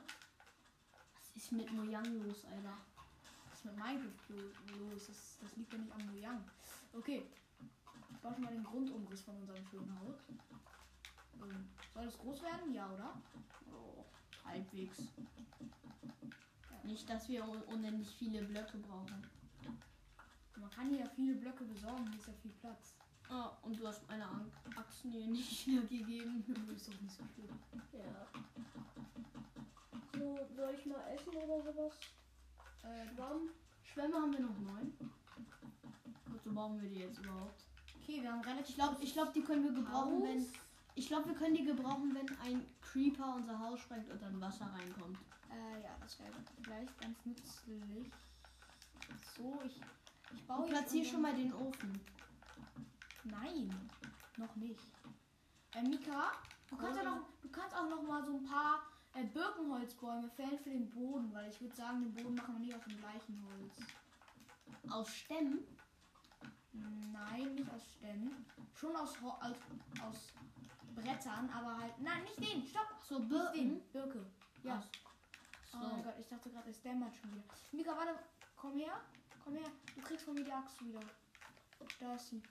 [SPEAKER 2] Was ist mit Mojang los, Alter?
[SPEAKER 1] Was ist mit Minecraft lo- los? Das, das liegt ja nicht am Mojang. Okay. Ich baue schon mal den Grundumriss von unserem schönen Haus. Ähm, soll das groß werden? Ja, oder?
[SPEAKER 2] Oh, halbwegs. Nicht, dass wir un- unendlich viele Blöcke brauchen.
[SPEAKER 1] Man kann hier ja viele Blöcke besorgen, hier ist ja viel Platz.
[SPEAKER 2] Oh, und du hast meine An- Axt mir nicht wieder gegeben.
[SPEAKER 1] Du bist doch nicht so schlimm.
[SPEAKER 3] Ja. So, soll ich mal essen oder sowas?
[SPEAKER 1] Äh,
[SPEAKER 3] Schwamm?
[SPEAKER 2] Schwämme haben wir noch neun. Wozu brauchen wir die jetzt überhaupt?
[SPEAKER 1] okay, wir haben relativ.
[SPEAKER 2] Ich glaube, ich glaub, die können wir gebrauchen, wenn. Ich glaube, wir können die gebrauchen, wenn ein Creeper unser Haus sprengt und dann Wasser reinkommt.
[SPEAKER 1] Äh, ja, das wäre vielleicht ganz nützlich. So, ich, ich baue
[SPEAKER 2] Und
[SPEAKER 1] jetzt
[SPEAKER 2] platzier
[SPEAKER 1] unseren-
[SPEAKER 2] schon mal den Ofen.
[SPEAKER 1] Nein, noch nicht. Äh, Mika, du kannst, ja
[SPEAKER 2] Ah.
[SPEAKER 1] noch, du kannst auch noch mal so ein paar äh, Birkenholzbäume fällen für den Boden, weil ich würde sagen, den Boden machen wir nicht auf dem gleichen Holz.
[SPEAKER 2] Aus Stämmen?
[SPEAKER 1] Nein, nicht aus Stämmen. Schon aus, Ho- aus, aus Brettern, aber halt. Nein, nicht den, stopp!
[SPEAKER 2] So
[SPEAKER 1] Nicht
[SPEAKER 2] Birken?
[SPEAKER 1] den, Birke. Ja.
[SPEAKER 2] Aus-
[SPEAKER 1] Oh
[SPEAKER 2] So.
[SPEAKER 1] mein Gott, ich dachte gerade, es dämmert schon wieder. Mika, warte, komm her. Komm her. Du kriegst von mir die Axt wieder. Da ist sie.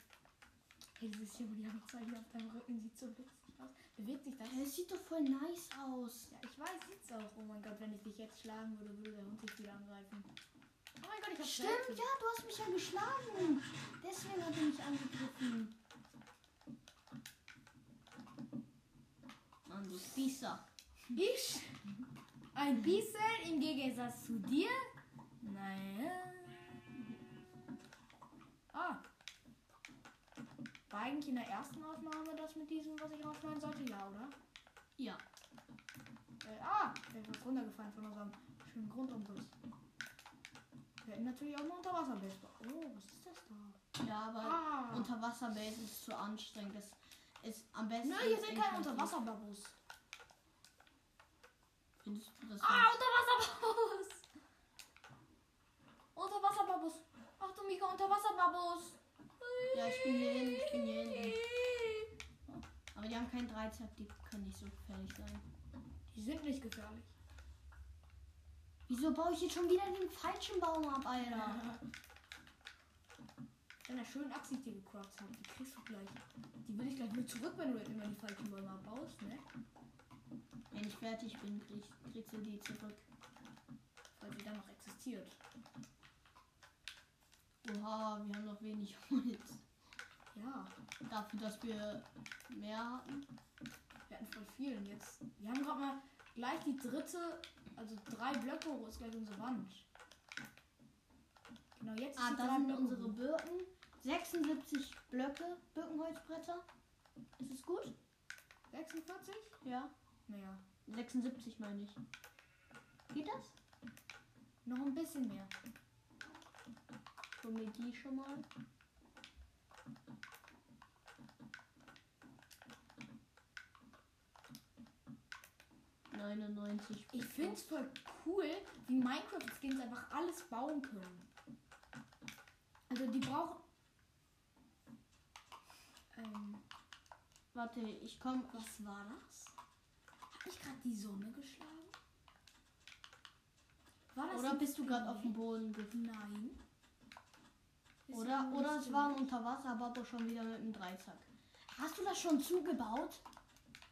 [SPEAKER 1] Hey, dieses hier, wo die Axt hier auf deinem Rücken sieht so witzig aus. Bewegt sich das?
[SPEAKER 2] Hä, Äh, das sieht doch voll nice aus.
[SPEAKER 1] Ja, ich weiß, sieht's auch. Oh mein Gott, wenn ich dich jetzt schlagen würde, würde der Hund dich wieder angreifen. Oh mein Gott, ich hab
[SPEAKER 2] Stimmt, ja, du hast mich ja geschlagen. Deswegen hat er mich angegriffen. Mann, du Spießer.
[SPEAKER 1] Ich? Ein bisschen im Gegensatz zu dir? Naja. Ah. War eigentlich in der ersten Aufnahme das mit diesem, was ich rausschneiden sollte? Ja, oder?
[SPEAKER 2] Ja.
[SPEAKER 1] Äh, ah, der ist was runtergefallen von unserem schönen Grundumriss. Wir hätten natürlich auch eine Unterwasserbeste. Oh, was ist das da?
[SPEAKER 2] Ja, aber
[SPEAKER 1] Ah.
[SPEAKER 2] Unterwasserbase ist zu anstrengend. Das ist am besten.
[SPEAKER 1] Nö, hier sind keine
[SPEAKER 2] Infanterie.
[SPEAKER 1] Unterwasserbabus.
[SPEAKER 2] Findest du das
[SPEAKER 1] Ah,
[SPEAKER 2] nicht?
[SPEAKER 1] Unterwasserbabus! Unterwasserbabus! Achtung, Mika, Unterwasserbabus!
[SPEAKER 2] Ja, ich bin hier hin, ich bin hier hin. Aber die haben keinen Dreizack, die können nicht so gefährlich sein.
[SPEAKER 1] Die sind nicht gefährlich.
[SPEAKER 2] Wieso baue ich jetzt schon wieder den falschen Baum ab, Alter?
[SPEAKER 1] Deiner schönen Axt, die ich dir gecraftet habe, die kriegst du gleich. Die will ich gleich mit zurück, wenn du jetzt immer die falschen Bäume abbaust, ne?
[SPEAKER 2] Wenn ich fertig bin, krieg, kriegst du die zurück.
[SPEAKER 1] Weil sie dann noch existiert.
[SPEAKER 2] Oha, wir haben noch wenig Holz.
[SPEAKER 1] Ja,
[SPEAKER 2] Dafür, dass wir mehr hatten.
[SPEAKER 1] wir hatten voll viel und jetzt. Wir haben gerade mal gleich die dritte, also drei Blöcke hoch ist gleich unsere Wand. Genau, jetzt
[SPEAKER 2] Ah,
[SPEAKER 1] die
[SPEAKER 2] da
[SPEAKER 1] drei
[SPEAKER 2] sind
[SPEAKER 1] Blöcke
[SPEAKER 2] unsere
[SPEAKER 1] hoch.
[SPEAKER 2] Birken. 76 Blöcke, Birkenholzbretter. Ist es gut?
[SPEAKER 1] 46?
[SPEAKER 2] Ja.
[SPEAKER 1] Naja,
[SPEAKER 2] 76 meine ich. Geht das?
[SPEAKER 1] noch ein bisschen mehr.
[SPEAKER 2] Holen wir die schon mal. Neunundneunzig.
[SPEAKER 1] Ich find's voll cool, wie Minecraft-Skins einfach alles bauen können. Also die brauchen. Ähm,
[SPEAKER 2] Warte, ich komme.
[SPEAKER 1] was war das? Hat mich gerade die Sonne geschlagen? War das
[SPEAKER 2] Oder
[SPEAKER 1] ein
[SPEAKER 2] bist du gerade auf dem
[SPEAKER 1] Bild?
[SPEAKER 2] Boden? ge-
[SPEAKER 1] Nein. Ist
[SPEAKER 2] Oder,
[SPEAKER 1] ja
[SPEAKER 2] oder
[SPEAKER 1] ein
[SPEAKER 2] es war ein
[SPEAKER 1] Bild.
[SPEAKER 2] Unterwasserbabo schon wieder mit einem Dreizack. Hast du das schon zugebaut?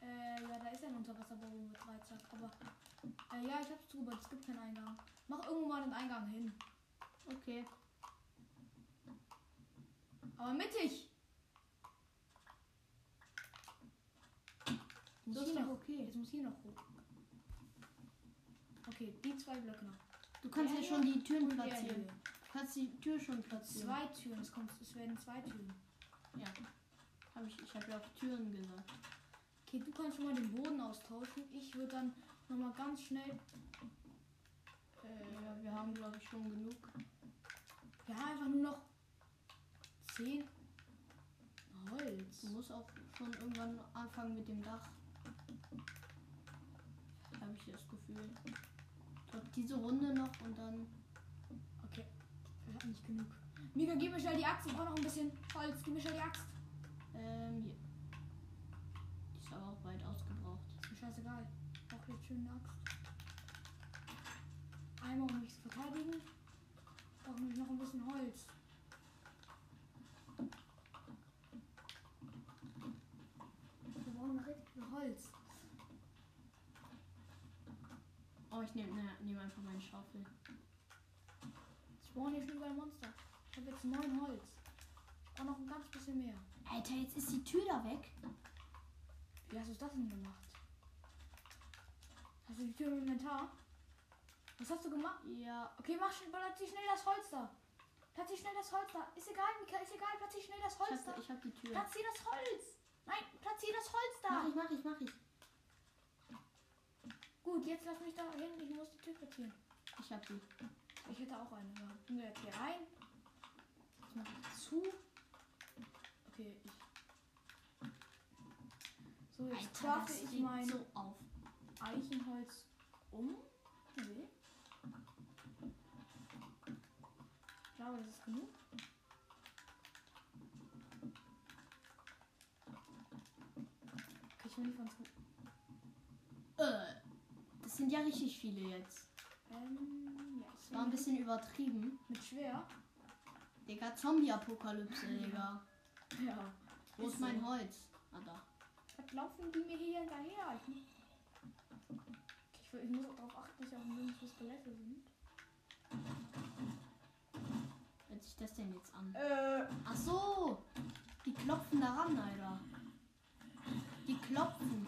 [SPEAKER 1] Äh, ja, da ist ein Unterwasserbogen mit Dreizack, aber. Äh, ja, ich hab's zugebaut, es gibt keinen Eingang. Mach irgendwo mal den Eingang hin.
[SPEAKER 2] Okay.
[SPEAKER 1] Aber mittig!
[SPEAKER 2] Das
[SPEAKER 1] Muss
[SPEAKER 2] ist
[SPEAKER 1] hier
[SPEAKER 2] doch
[SPEAKER 1] noch,
[SPEAKER 2] okay.
[SPEAKER 1] Jetzt muss hier noch hoch. Okay, die zwei Blöcke noch.
[SPEAKER 2] Du kannst ja
[SPEAKER 1] Der
[SPEAKER 2] schon die Türen
[SPEAKER 1] Und der
[SPEAKER 2] platzieren.
[SPEAKER 1] hier.
[SPEAKER 2] Du kannst die Tür schon platzieren.
[SPEAKER 1] Zwei Türen, es, kommt, es werden zwei Türen.
[SPEAKER 2] Ja. Hab ich ich habe ja auf Türen gesagt.
[SPEAKER 1] Okay, du kannst schon mal den Boden austauschen. Ich würde dann nochmal ganz schnell.
[SPEAKER 2] Ja,
[SPEAKER 1] Äh,
[SPEAKER 2] wir haben, glaube ich, schon genug.
[SPEAKER 1] ja, einfach nur noch zehn Holz.
[SPEAKER 2] Du musst auch schon irgendwann anfangen mit dem Dach. Habe ich das Gefühl. Ich glaub, diese Runde noch und dann.
[SPEAKER 1] Okay, wir hatten nicht genug. Mika, gib mir schnell die Axt. Ich brauche noch ein bisschen Holz. Gib mir schnell die Axt.
[SPEAKER 2] Ähm, hier. Die ist aber auch weit ausgebraucht.
[SPEAKER 1] Ist mir scheißegal. Ich brauche jetzt schön eine Axt. Einmal, um mich zu verteidigen. Ich brauche nämlich noch ein bisschen Holz. Wir brauchen noch richtig viel Holz.
[SPEAKER 2] Oh, ich nehme ne, nehm einfach meine Schaufel.
[SPEAKER 1] Ich brauche hier schon überall Monster. Ich habe jetzt neun Holz. Ich brauche noch ein ganz bisschen mehr.
[SPEAKER 2] Alter, jetzt ist die Tür da weg.
[SPEAKER 1] Wie hast du das denn gemacht? Hast du die Tür im Inventar? Was hast du gemacht?
[SPEAKER 2] Ja.
[SPEAKER 1] Okay, mach schnell, platzier schnell das Holz da. Platzier schnell das Holz da. Ist egal, Mika, ist egal, platzier schnell das
[SPEAKER 2] Ich
[SPEAKER 1] Holz da.
[SPEAKER 2] habe ich hab die Tür.
[SPEAKER 1] Platzier das Holz. Nein, platzier das Holz da.
[SPEAKER 2] Mach ich, mach ich, mach ich.
[SPEAKER 1] Gut, jetzt lass mich da hin. Ich muss die Tür platzieren.
[SPEAKER 2] Ich habe die.
[SPEAKER 1] Ich hätte auch eine. Ja. Und jetzt hier rein. Jetzt mach ich zu. Okay, ich Jetzt
[SPEAKER 2] Alter, das
[SPEAKER 1] werfe ich
[SPEAKER 2] regt
[SPEAKER 1] mein-
[SPEAKER 2] so auf.
[SPEAKER 1] Eichenholz um. Nee. Ich glaube, das ist genug. Okay, ich will nicht ganz gut.
[SPEAKER 2] Äh, das sind ja richtig viele jetzt.
[SPEAKER 1] Ähm, ja, ich
[SPEAKER 2] War ein bisschen übertrieben.
[SPEAKER 1] mit schwer.
[SPEAKER 2] Digga, Zombie-Apokalypse, Digga.
[SPEAKER 1] Ja.
[SPEAKER 2] Wo Mhm. ist mein Holz? Ah, da.
[SPEAKER 1] Was laufen die mir hier hinterher? Ich, mu- Okay, ich, will, ich muss auch darauf achten, dass ich auch nirgendwo Skelette sind.
[SPEAKER 2] Hört sich das denn jetzt an?
[SPEAKER 1] Äh,
[SPEAKER 2] Ach so. Die klopfen daran, Alter. Die klopfen.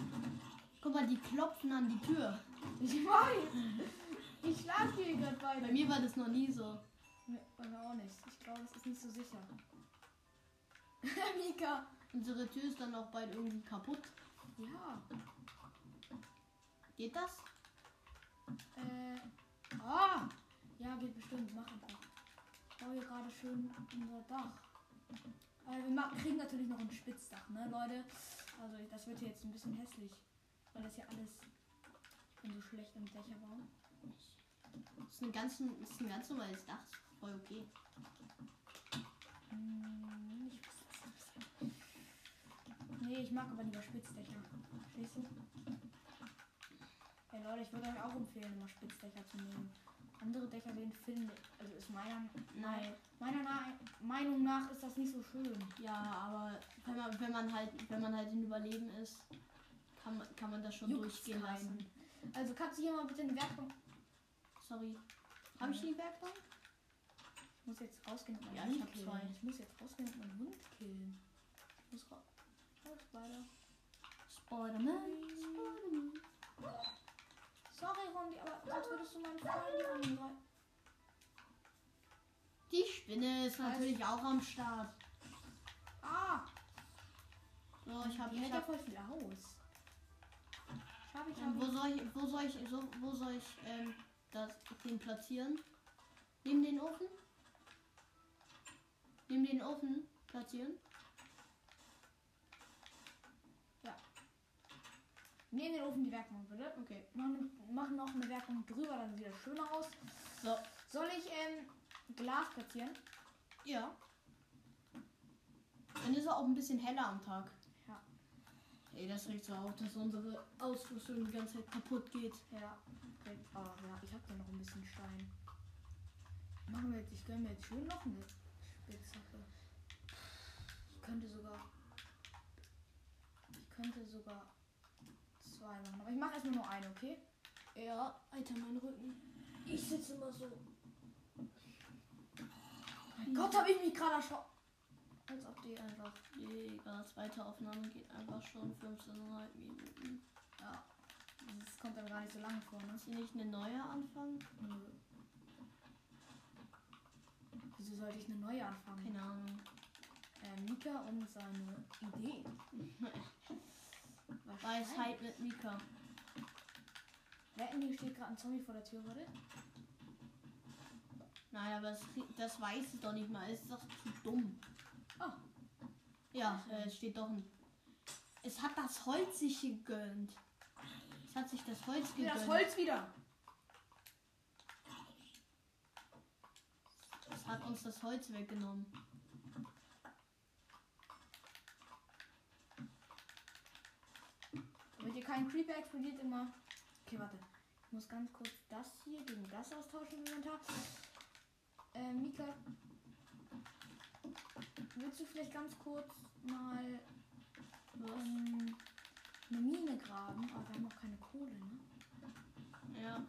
[SPEAKER 2] Guck mal, die klopfen an die Tür.
[SPEAKER 1] ich weiß. Ich schlage hier gerade
[SPEAKER 2] Bei
[SPEAKER 1] beide.
[SPEAKER 2] mir war das noch nie so.
[SPEAKER 1] Nee, bei mir auch nicht. Ich glaube, es ist nicht so sicher. Mika.
[SPEAKER 2] Unsere Tür ist dann auch bald irgendwie kaputt.
[SPEAKER 1] Ja.
[SPEAKER 2] Geht das?
[SPEAKER 1] Äh. Ah! Ja, geht bestimmt. Mach einfach. Ich baue hier gerade schön unser Dach. Aber wir ma- kriegen natürlich noch ein Spitzdach, ne, Leute? Also, das wird hier jetzt ein bisschen hässlich. Weil das hier alles. Ich bin so schlecht im Dächer bauen.
[SPEAKER 2] Das ist ein ganz, das ist ein ganz normales Dach. Voll okay.
[SPEAKER 1] Hm, ich weiß das nicht. Nee, ich mag aber lieber Spitzdächer. Verstehst du? Ey Leute, ich würde euch auch empfehlen, immer Spitzdächer zu nehmen. Andere Dächer sehen finde, also ist meiner,
[SPEAKER 2] Nein.
[SPEAKER 1] meiner Na- Meinung nach ist das nicht so schön.
[SPEAKER 2] Ja, aber wenn man, wenn man halt, wenn man halt im Überleben ist, kann man, kann man das schon
[SPEAKER 1] Juckt's
[SPEAKER 2] durchgehen
[SPEAKER 1] keinen.
[SPEAKER 2] lassen.
[SPEAKER 1] Also kannst du hier mal bitte eine Werkbank.
[SPEAKER 2] Sorry. Habe ich die Werkbank?
[SPEAKER 1] Ich muss jetzt rausgehen und meinen
[SPEAKER 2] Ja,
[SPEAKER 1] Hund
[SPEAKER 2] ich hab
[SPEAKER 1] killen.
[SPEAKER 2] zwei.
[SPEAKER 1] Ich muss jetzt rausgehen und meinen Hund killen. Ich muss raus. Oh, Spider.
[SPEAKER 2] Spider-Man.
[SPEAKER 1] Sorry, Rondi, aber sonst würdest du meinen Freund angreifen.
[SPEAKER 2] Die Spinne ist natürlich auch am Start.
[SPEAKER 1] Ah!
[SPEAKER 2] So, Oh, ich habe
[SPEAKER 1] die
[SPEAKER 2] ich
[SPEAKER 1] hält ja
[SPEAKER 2] hab,
[SPEAKER 1] voll viel aus. Schab ich
[SPEAKER 2] ähm, wo
[SPEAKER 1] habe.
[SPEAKER 2] soll ich, wo soll ich, so, wo soll ich ähm, das, den platzieren? Neben den Ofen? Neben den Ofen platzieren?
[SPEAKER 1] Nehmen den Ofen die Werkbank, bitte.
[SPEAKER 2] Okay.
[SPEAKER 1] Mach, ne- mach noch eine Werkbank drüber, dann sieht das schöner aus.
[SPEAKER 2] So.
[SPEAKER 1] Soll ich ähm, Glas platzieren?
[SPEAKER 2] Ja. Dann ist er auch ein bisschen heller am Tag.
[SPEAKER 1] Ja.
[SPEAKER 2] Ey, das regt so auf, dass unsere Ausrüstung die ganze Zeit kaputt geht.
[SPEAKER 1] Ja. Okay. Oh, ja, ich habe da noch ein bisschen Stein. Machen wir jetzt, ich gönn mir jetzt schön noch eine Spitzhacke. Ich könnte sogar. Ich könnte sogar zwei machen. Aber ich mache erstmal nur eine, okay?
[SPEAKER 2] Ja, Alter, mein Rücken.
[SPEAKER 3] Ich sitze immer so.
[SPEAKER 1] Mein Gott, habe ich mich gerade erschrocken. Als ob die einfach.
[SPEAKER 2] Digga, zweite Aufnahme geht einfach schon 15,5 Minuten.
[SPEAKER 1] Ja. Das kommt dann gar nicht so lange vor, ne?
[SPEAKER 2] Kannst du nicht eine neue anfangen?
[SPEAKER 1] Nö. Wieso sollte ich eine neue anfangen?
[SPEAKER 2] Keine Ahnung.
[SPEAKER 1] Äh, Mika und seine Idee.
[SPEAKER 2] Weisheit mit Mika.
[SPEAKER 1] Wetten, hier steht gerade ein Zombie vor der Tür, warte.
[SPEAKER 2] Nein, aber das, krieg- das weiß ich doch nicht mal. Es ist doch zu dumm.
[SPEAKER 1] Oh.
[SPEAKER 2] Ja, äh, es steht doch ein. Es hat das Holz sich gegönnt. Es hat sich das Holz
[SPEAKER 1] Hier,
[SPEAKER 2] gegönnt.
[SPEAKER 1] das Holz wieder.
[SPEAKER 2] Es hat uns das Holz weggenommen.
[SPEAKER 1] Damit hier kein Creeper explodiert immer. Okay, warte. Ich muss ganz kurz das hier gegen das austauschen im Inventar. Äh, Mika. Willst du vielleicht ganz kurz mal ähm, eine Mine graben? Aber wir haben auch keine Kohle, ne?
[SPEAKER 2] Ja.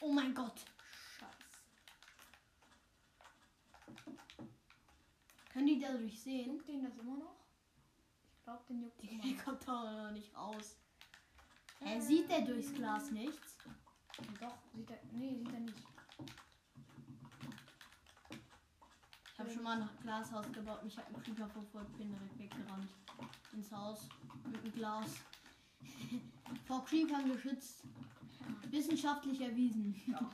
[SPEAKER 2] Oh mein Gott.
[SPEAKER 1] Scheiße.
[SPEAKER 2] Können die dadurch sehen?
[SPEAKER 1] Juckt den das immer noch? Ich glaube, den juckt immer
[SPEAKER 2] Der
[SPEAKER 1] noch.
[SPEAKER 2] kommt da noch nicht raus.
[SPEAKER 1] Ähm.
[SPEAKER 2] Er sieht der durchs Glas nichts.
[SPEAKER 1] Doch, sieht er. Nee, sieht er nicht.
[SPEAKER 2] Ich habe schon mal ein Glashaus gebaut. Mich hat ein Creeper verfolgt. Bin direkt weggerannt. Ins Haus. Mit dem Glas. Vor Creepern geschützt. Wissenschaftlich erwiesen.
[SPEAKER 1] Ja.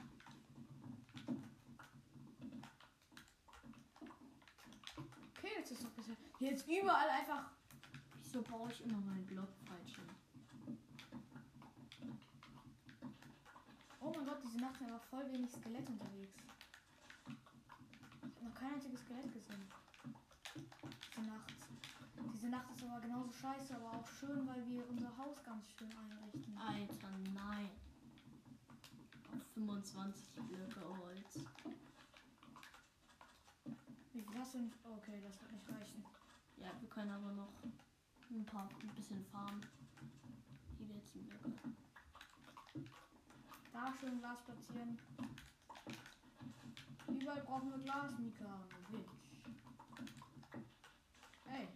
[SPEAKER 1] Okay, jetzt ist doch bisher. Hier ist überall einfach
[SPEAKER 2] So baue ich immer meinen Block falsch hin.
[SPEAKER 1] Oh mein Gott, diese Nacht sind aber voll wenig Skelette unterwegs. Ich habe noch kein einziges Skelett gesehen. Diese Nacht. Diese Nacht ist aber genauso scheiße, aber auch schön, weil wir unser Haus ganz schön einrichten.
[SPEAKER 2] Alter, nein. Auf 25 Blöcke Holz.
[SPEAKER 1] Wie viel hast du denn? Okay, das wird nicht reichen.
[SPEAKER 2] Ja, wir können aber noch ein paar ein bisschen farmen. Die letzten Blöcke.
[SPEAKER 1] Da schön Glas platzieren. Überall brauchen wir Glas, Mika. Mensch. Ey,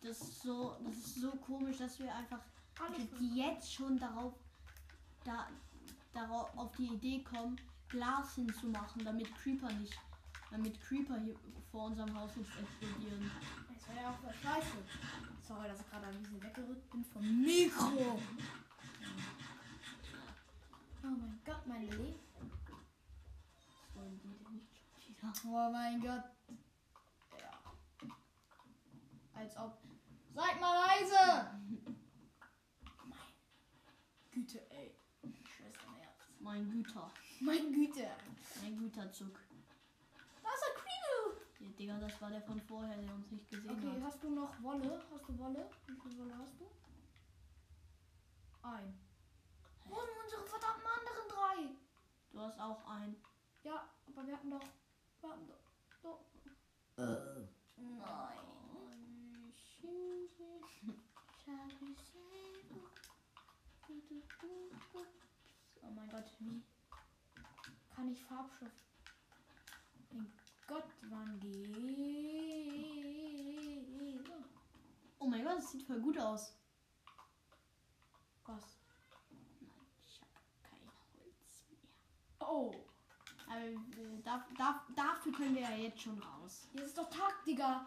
[SPEAKER 2] Das ist so, das ist so komisch, dass wir einfach
[SPEAKER 1] alles für
[SPEAKER 2] die jetzt schon darauf, da, darauf auf die Idee kommen, Glas hinzumachen, damit Creeper nicht, damit Creeper hier vor unserem Haus nicht explodieren.
[SPEAKER 1] Das war ja auch voll scheiße. Sorry, dass ich gerade ein bisschen weggerückt bin vom Mikro. Oh mein Gott, mein Leben.
[SPEAKER 2] Das wollen die denn nicht schon wieder.
[SPEAKER 1] Oh mein Gott. Ja. Als ob. Seid mal leise! Mein Güte, ey. Schwester Ernst.
[SPEAKER 2] Mein Güter,
[SPEAKER 1] Mein Güte.
[SPEAKER 2] mein Güterzuck.
[SPEAKER 1] Da ist ein Creedo.
[SPEAKER 2] Ja, Digga, das war der von vorher, der uns nicht gesehen
[SPEAKER 1] Okay,
[SPEAKER 2] hat.
[SPEAKER 1] hast du noch Wolle? Hast du Wolle? Wie viel Wolle hast du? Ein. Wo sind unsere verdammten anderen drei?
[SPEAKER 2] Du hast auch einen.
[SPEAKER 1] Ja, aber wir hatten doch. Wir hatten doch. doch. Nein. Oh mein Gott, wie kann ich Farbschrift? Mein Gott, wann geht?
[SPEAKER 2] Oh mein Gott, das sieht voll gut aus.
[SPEAKER 1] Was?
[SPEAKER 2] Nein, ich habe kein Holz mehr.
[SPEAKER 1] Oh,
[SPEAKER 2] Aber äh, da, da, dafür können wir ja jetzt schon raus.
[SPEAKER 1] jetzt ist doch Tag, Digga.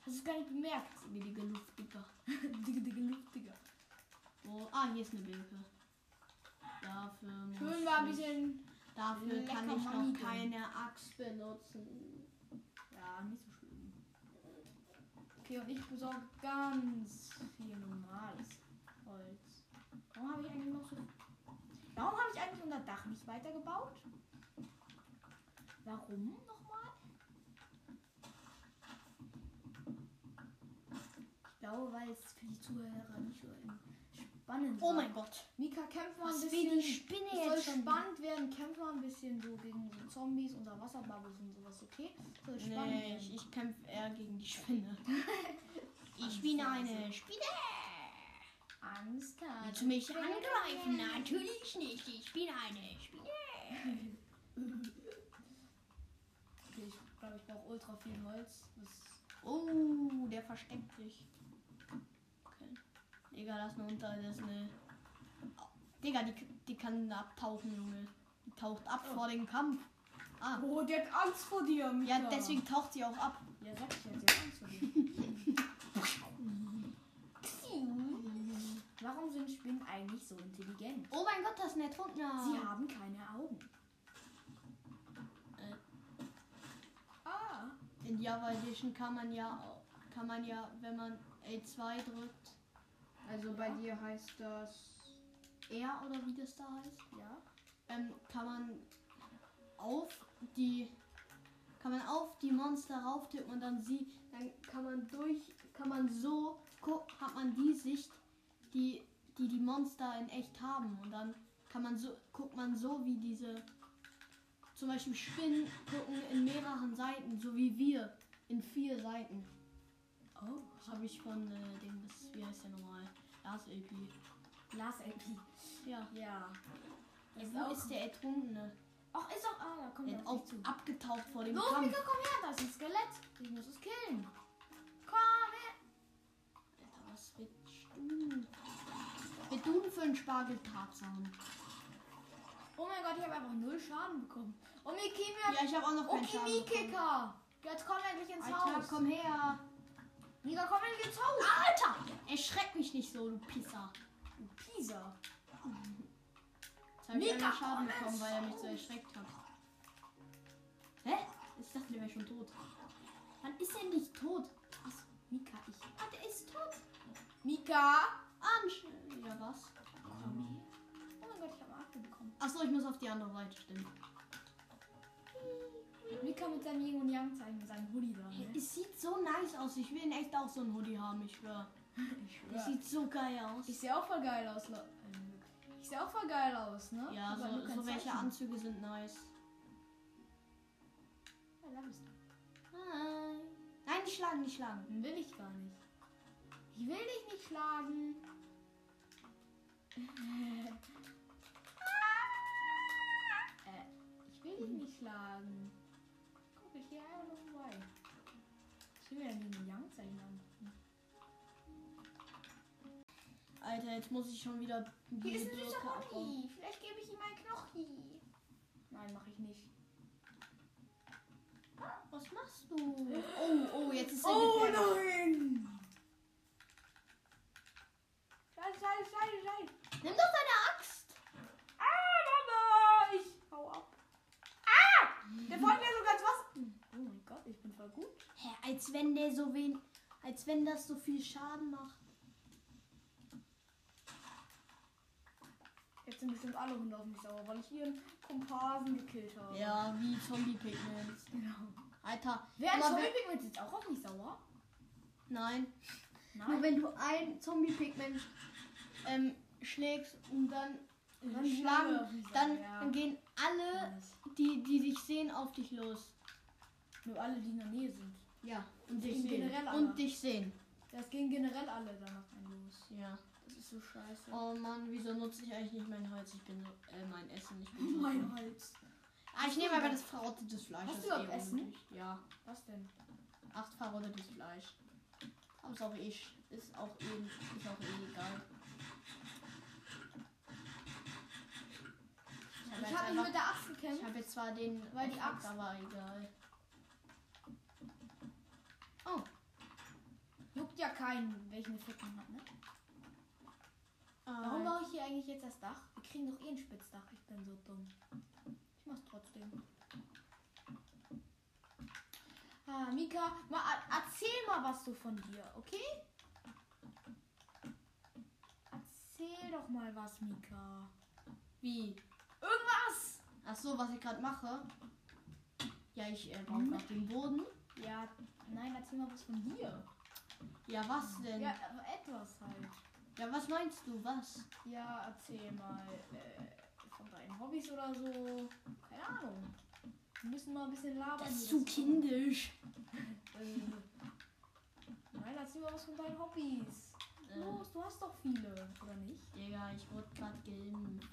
[SPEAKER 1] Hast du es gar nicht bemerkt?
[SPEAKER 2] Wie die Luft, Digga.
[SPEAKER 1] Digga, Digga, Luft, Digga.
[SPEAKER 2] Oh, ah, hier ist eine Bilke. Dafür muss
[SPEAKER 1] Schön war ein
[SPEAKER 2] ich-
[SPEAKER 1] bisschen.
[SPEAKER 2] Dafür kann
[SPEAKER 1] lecker
[SPEAKER 2] ich noch
[SPEAKER 1] Money
[SPEAKER 2] keine Axt benutzen.
[SPEAKER 1] Ja, nicht so schlimm. Okay, und ich besorge ganz viel normales Holz. Warum habe ich eigentlich noch so. Warum habe ich eigentlich unser Dach nicht weitergebaut? Warum nochmal? Ich glaube, weil es für die Zuhörer nicht so spannend
[SPEAKER 2] Oh
[SPEAKER 1] war.
[SPEAKER 2] mein Gott.
[SPEAKER 1] Mika, kämpf mal ein
[SPEAKER 2] Was
[SPEAKER 1] bisschen.
[SPEAKER 2] will die Spinne
[SPEAKER 1] Es soll
[SPEAKER 2] jetzt schon?
[SPEAKER 1] spannend werden. Kämpf mal ein bisschen so gegen so Zombies oder Wasserbubbles und sowas, okay? Soll spannend
[SPEAKER 2] Nee,
[SPEAKER 1] werden.
[SPEAKER 2] ich, ich kämpfe eher gegen die Spinne. ich
[SPEAKER 1] bin
[SPEAKER 2] bin
[SPEAKER 1] eine
[SPEAKER 2] eine Spinne.
[SPEAKER 1] Angst
[SPEAKER 2] Willst du mich angreifen? Natürlich nicht. Ich bin eine Spinne.
[SPEAKER 1] Okay, ich glaube, ich brauche ultra viel Holz. Das
[SPEAKER 2] Oh, der versteckt sich. Okay. Digga, lass mal unter. Das ist eine. Oh, Digga, die, die kann abtauchen, Junge. Die taucht ab
[SPEAKER 1] Oh.
[SPEAKER 2] vor dem Kampf. Ah.
[SPEAKER 1] oh, der hat Angst vor dir, Mika.
[SPEAKER 2] Ja, deswegen taucht sie auch ab.
[SPEAKER 1] Ja, sag ich ja, der hat Angst vor dir. Warum sind Spinnen eigentlich so intelligent?
[SPEAKER 2] Oh mein Gott, das ist ein Ertrunkener.
[SPEAKER 1] Sie haben keine Augen.
[SPEAKER 2] Äh.
[SPEAKER 1] Ah.
[SPEAKER 2] In Java Edition kann man ja au- kann man ja, wenn man L2 drückt. Also bei
[SPEAKER 1] Ja.
[SPEAKER 2] dir heißt das R oder wie das da heißt,
[SPEAKER 1] Ja.
[SPEAKER 2] ähm, kann man auf die kann man auf die Monster rauftippen und dann sie dann kann man durch kann man so guck, hat man die Sicht, die die die Monster in echt haben und dann kann man so guckt man so wie diese zum Beispiel Spinnen gucken in mehreren Seiten, so wie wir in vier Seiten.
[SPEAKER 1] Oh.
[SPEAKER 2] Das habe ich von äh, dem, das, wie heißt der nochmal? Lars LP.
[SPEAKER 1] Lars LP.
[SPEAKER 2] Ja.
[SPEAKER 1] Ja.
[SPEAKER 2] Ist Wo ist der Ertrunkene?
[SPEAKER 1] Ach, ist doch. Ah, da kommt
[SPEAKER 2] Der
[SPEAKER 1] er
[SPEAKER 2] ist
[SPEAKER 1] auf
[SPEAKER 2] auch
[SPEAKER 1] mich zu.
[SPEAKER 2] abgetaucht vor dem
[SPEAKER 1] Los,
[SPEAKER 2] Kampf.
[SPEAKER 1] Mika, komm her, da ist ein Skelett. Ich muss es killen. Komm her.
[SPEAKER 2] Alter, was willst du? Willst du denn für einen Spargeltarzan?
[SPEAKER 1] Oh mein Gott, ich habe einfach null Schaden bekommen. Oh, Miki, wir
[SPEAKER 2] Ja, ich habe auch noch keinen
[SPEAKER 1] Okay,
[SPEAKER 2] Schaden bekommen.
[SPEAKER 1] Mikicker. Jetzt komm endlich ins
[SPEAKER 2] Alter,
[SPEAKER 1] Haus.
[SPEAKER 2] komm her.
[SPEAKER 1] Mika, komm endlich ins Haus.
[SPEAKER 2] Alter, erschreck mich nicht so, du Pisser.
[SPEAKER 1] Pisa.
[SPEAKER 2] Jetzt habe ich
[SPEAKER 1] Mika,
[SPEAKER 2] einen Schaden
[SPEAKER 1] komm
[SPEAKER 2] bekommen,
[SPEAKER 1] ins
[SPEAKER 2] weil er mich so
[SPEAKER 1] Haus.
[SPEAKER 2] erschreckt hat. Hä? Ich dachte, der wäre schon tot. Ah, Wann ist er nicht tot? Was?
[SPEAKER 1] Mika, ich. Mika!
[SPEAKER 2] Ansch. Ah, Ja, was?
[SPEAKER 1] Komm her. Oh mein Gott, ich habe eine Akte bekommen.
[SPEAKER 2] Achso, ich muss auf die andere Seite stimmen.
[SPEAKER 1] Mika mit seinem Yin und Yang Zeichen, mit seinem Hoodie da. Ne?
[SPEAKER 2] Es sieht so nice aus. Ich will in echt auch so ein Hoodie haben, ich schwör. Das sieht so geil aus.
[SPEAKER 1] Ich sehe auch voll geil aus, Leute. Ich sehe auch voll geil aus, ne?
[SPEAKER 2] Ja,
[SPEAKER 1] Aber nur
[SPEAKER 2] so,
[SPEAKER 1] kein
[SPEAKER 2] so welche
[SPEAKER 1] Zeichen.
[SPEAKER 2] Anzüge sind nice.
[SPEAKER 1] Ja, da bist du.
[SPEAKER 2] Hi. Nein, nicht schlagen, nicht schlagen.
[SPEAKER 1] Will ich gar nicht. Ich will dich nicht schlagen. äh, ich will dich nicht schlagen. Guck, ich gehe einfach nur vorbei. Ich will mir dann den Yang-Zeichen an.
[SPEAKER 2] Alter, jetzt muss ich schon wieder
[SPEAKER 1] Hier
[SPEAKER 2] die
[SPEAKER 1] ist ein süßer
[SPEAKER 2] Birke abbauen.
[SPEAKER 1] Hobby. Vielleicht gebe ich ihm einen Knochi. Nein, mache ich nicht.
[SPEAKER 2] Was machst du? Oh, oh, jetzt ist er gefährlich.
[SPEAKER 1] nein! Scheiße, scheiße, scheiße, scheiße.
[SPEAKER 2] Nimm doch deine Axt.
[SPEAKER 1] Ah, Mama! Ich hau ab. Ah! Der folgt mir sogar ins Wasser. Oh mein Gott, ich bin voll gut.
[SPEAKER 2] Hä, als wenn der so wen, als wenn das so viel Schaden macht.
[SPEAKER 1] Jetzt sind bestimmt alle Hunde auf mich sauer, weil ich ihren Komparsen gekillt habe.
[SPEAKER 2] Ja, wie Zombie-Pigments.
[SPEAKER 1] Genau.
[SPEAKER 2] Alter,
[SPEAKER 1] Wer ein
[SPEAKER 2] Aber
[SPEAKER 1] zombie
[SPEAKER 2] wer-
[SPEAKER 1] pigment jetzt auch auf mich sauer?
[SPEAKER 2] nein. Nur
[SPEAKER 1] Nein.
[SPEAKER 2] wenn du ein Zombie-Pigment ähm, schlägst und dann,
[SPEAKER 1] Dann
[SPEAKER 2] schlagen,
[SPEAKER 1] auf mich sauer,
[SPEAKER 2] dann,
[SPEAKER 1] ja.
[SPEAKER 2] dann gehen alle, die, die dich sehen, auf dich los.
[SPEAKER 1] Nur alle, die in der Nähe sind.
[SPEAKER 2] Ja, und dich
[SPEAKER 1] Gegen
[SPEAKER 2] sehen.
[SPEAKER 1] generell alle.
[SPEAKER 2] Und dich sehen.
[SPEAKER 1] Das gehen generell alle danach ein los.
[SPEAKER 2] Ja.
[SPEAKER 1] Das ist so scheiße.
[SPEAKER 2] Oh Mann, wieso nutze ich eigentlich nicht meinen Hals? Ich bin so, äh, mein Essen. Ich
[SPEAKER 1] Oh
[SPEAKER 2] bin so
[SPEAKER 1] mein Hals.
[SPEAKER 2] Ah, ich nehme aber das verrottetes Fleisch.
[SPEAKER 1] Hast
[SPEAKER 2] das
[SPEAKER 1] du überhaupt
[SPEAKER 2] ist eh
[SPEAKER 1] Essen?
[SPEAKER 2] unnötig. Ja,
[SPEAKER 1] Was denn?
[SPEAKER 2] acht verrottetes Fleisch. Aber ist auch eh, sch- ist auch eh, ist auch eh egal. Ich habe
[SPEAKER 1] Ich
[SPEAKER 2] jetzt,
[SPEAKER 1] habe mich mit
[SPEAKER 2] einfach-
[SPEAKER 1] der Axt
[SPEAKER 2] ich
[SPEAKER 1] gekämpft.
[SPEAKER 2] hab jetzt zwar den,
[SPEAKER 1] Weil die
[SPEAKER 2] Effekt,
[SPEAKER 1] Axt-
[SPEAKER 2] aber egal. Oh,
[SPEAKER 1] Juckt ja keinen, welchen Effekt man hat, ne? Warum
[SPEAKER 2] äh,
[SPEAKER 1] baue ich hier eigentlich jetzt das Dach? Wir kriegen doch eh ein Spitzdach. Ich bin so dumm. Ich mach's trotzdem. Ah, Mika, mal, a- erzähl mal was du von dir, okay? Erzähl doch mal was, Mika.
[SPEAKER 2] wie?
[SPEAKER 1] Irgendwas!
[SPEAKER 2] Ach so, was ich gerade mache? Ja, ich äh,
[SPEAKER 1] Hm?
[SPEAKER 2] baue gerade den Boden.
[SPEAKER 1] Ja, nein, erzähl mal was von dir.
[SPEAKER 2] Ja, was denn?
[SPEAKER 1] Ja,
[SPEAKER 2] Ja,
[SPEAKER 1] aber etwas halt.
[SPEAKER 2] was meinst du? Was?
[SPEAKER 1] Ja, erzähl mal äh, von deinen Hobbys oder so. Keine Ahnung. Wir müssen mal ein bisschen labern.
[SPEAKER 2] Das
[SPEAKER 1] wie
[SPEAKER 2] ist zu
[SPEAKER 1] das-
[SPEAKER 2] kindisch.
[SPEAKER 1] Äh, Nein, erzähl mal was von deinen Hobbys.
[SPEAKER 2] Äh,
[SPEAKER 1] Los, du hast doch viele, oder nicht?
[SPEAKER 2] Digga, ich wurde gerade geimpft.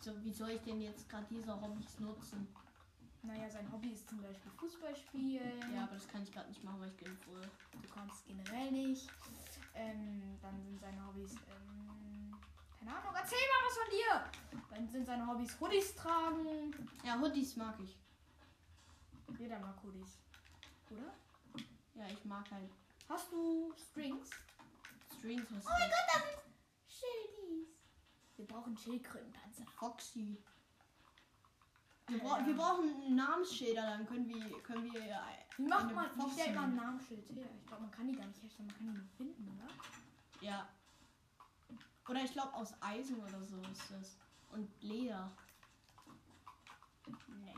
[SPEAKER 2] So, wie soll ich denn jetzt gerade diese Hobbys nutzen?
[SPEAKER 1] Naja, sein Hobby ist zum Beispiel Fußball spielen.
[SPEAKER 2] Ja, aber das kann ich gerade nicht machen, weil ich geimpft wurde.
[SPEAKER 1] Du kannst generell nicht. Ähm, dann sind seine Hobbys. Ähm, keine Ahnung, erzähl mal was von dir. Dann sind seine Hobbys Hoodies tragen.
[SPEAKER 2] Ja, Hoodies mag ich.
[SPEAKER 1] Jeder mag Hoodies. Oder?
[SPEAKER 2] Ja, ich mag halt
[SPEAKER 1] Hast du Strings?
[SPEAKER 2] Strings. Oh mein Gott!
[SPEAKER 1] Schildies. Wir brauchen Schildkrötenpanzer.
[SPEAKER 2] Foxy. Wir, bra wir brauchen Namensschilder, dann können wir, können wir äh,
[SPEAKER 1] Wie macht
[SPEAKER 2] Eine
[SPEAKER 1] man? Wie
[SPEAKER 2] Foxy.
[SPEAKER 1] stellt man ein Namensschild her? Ich glaube, man kann die gar nicht herstellen, man kann die nur finden, oder?
[SPEAKER 2] ja. Oder ich glaube aus Eisen oder so ist das. Und Leder.
[SPEAKER 1] Nee.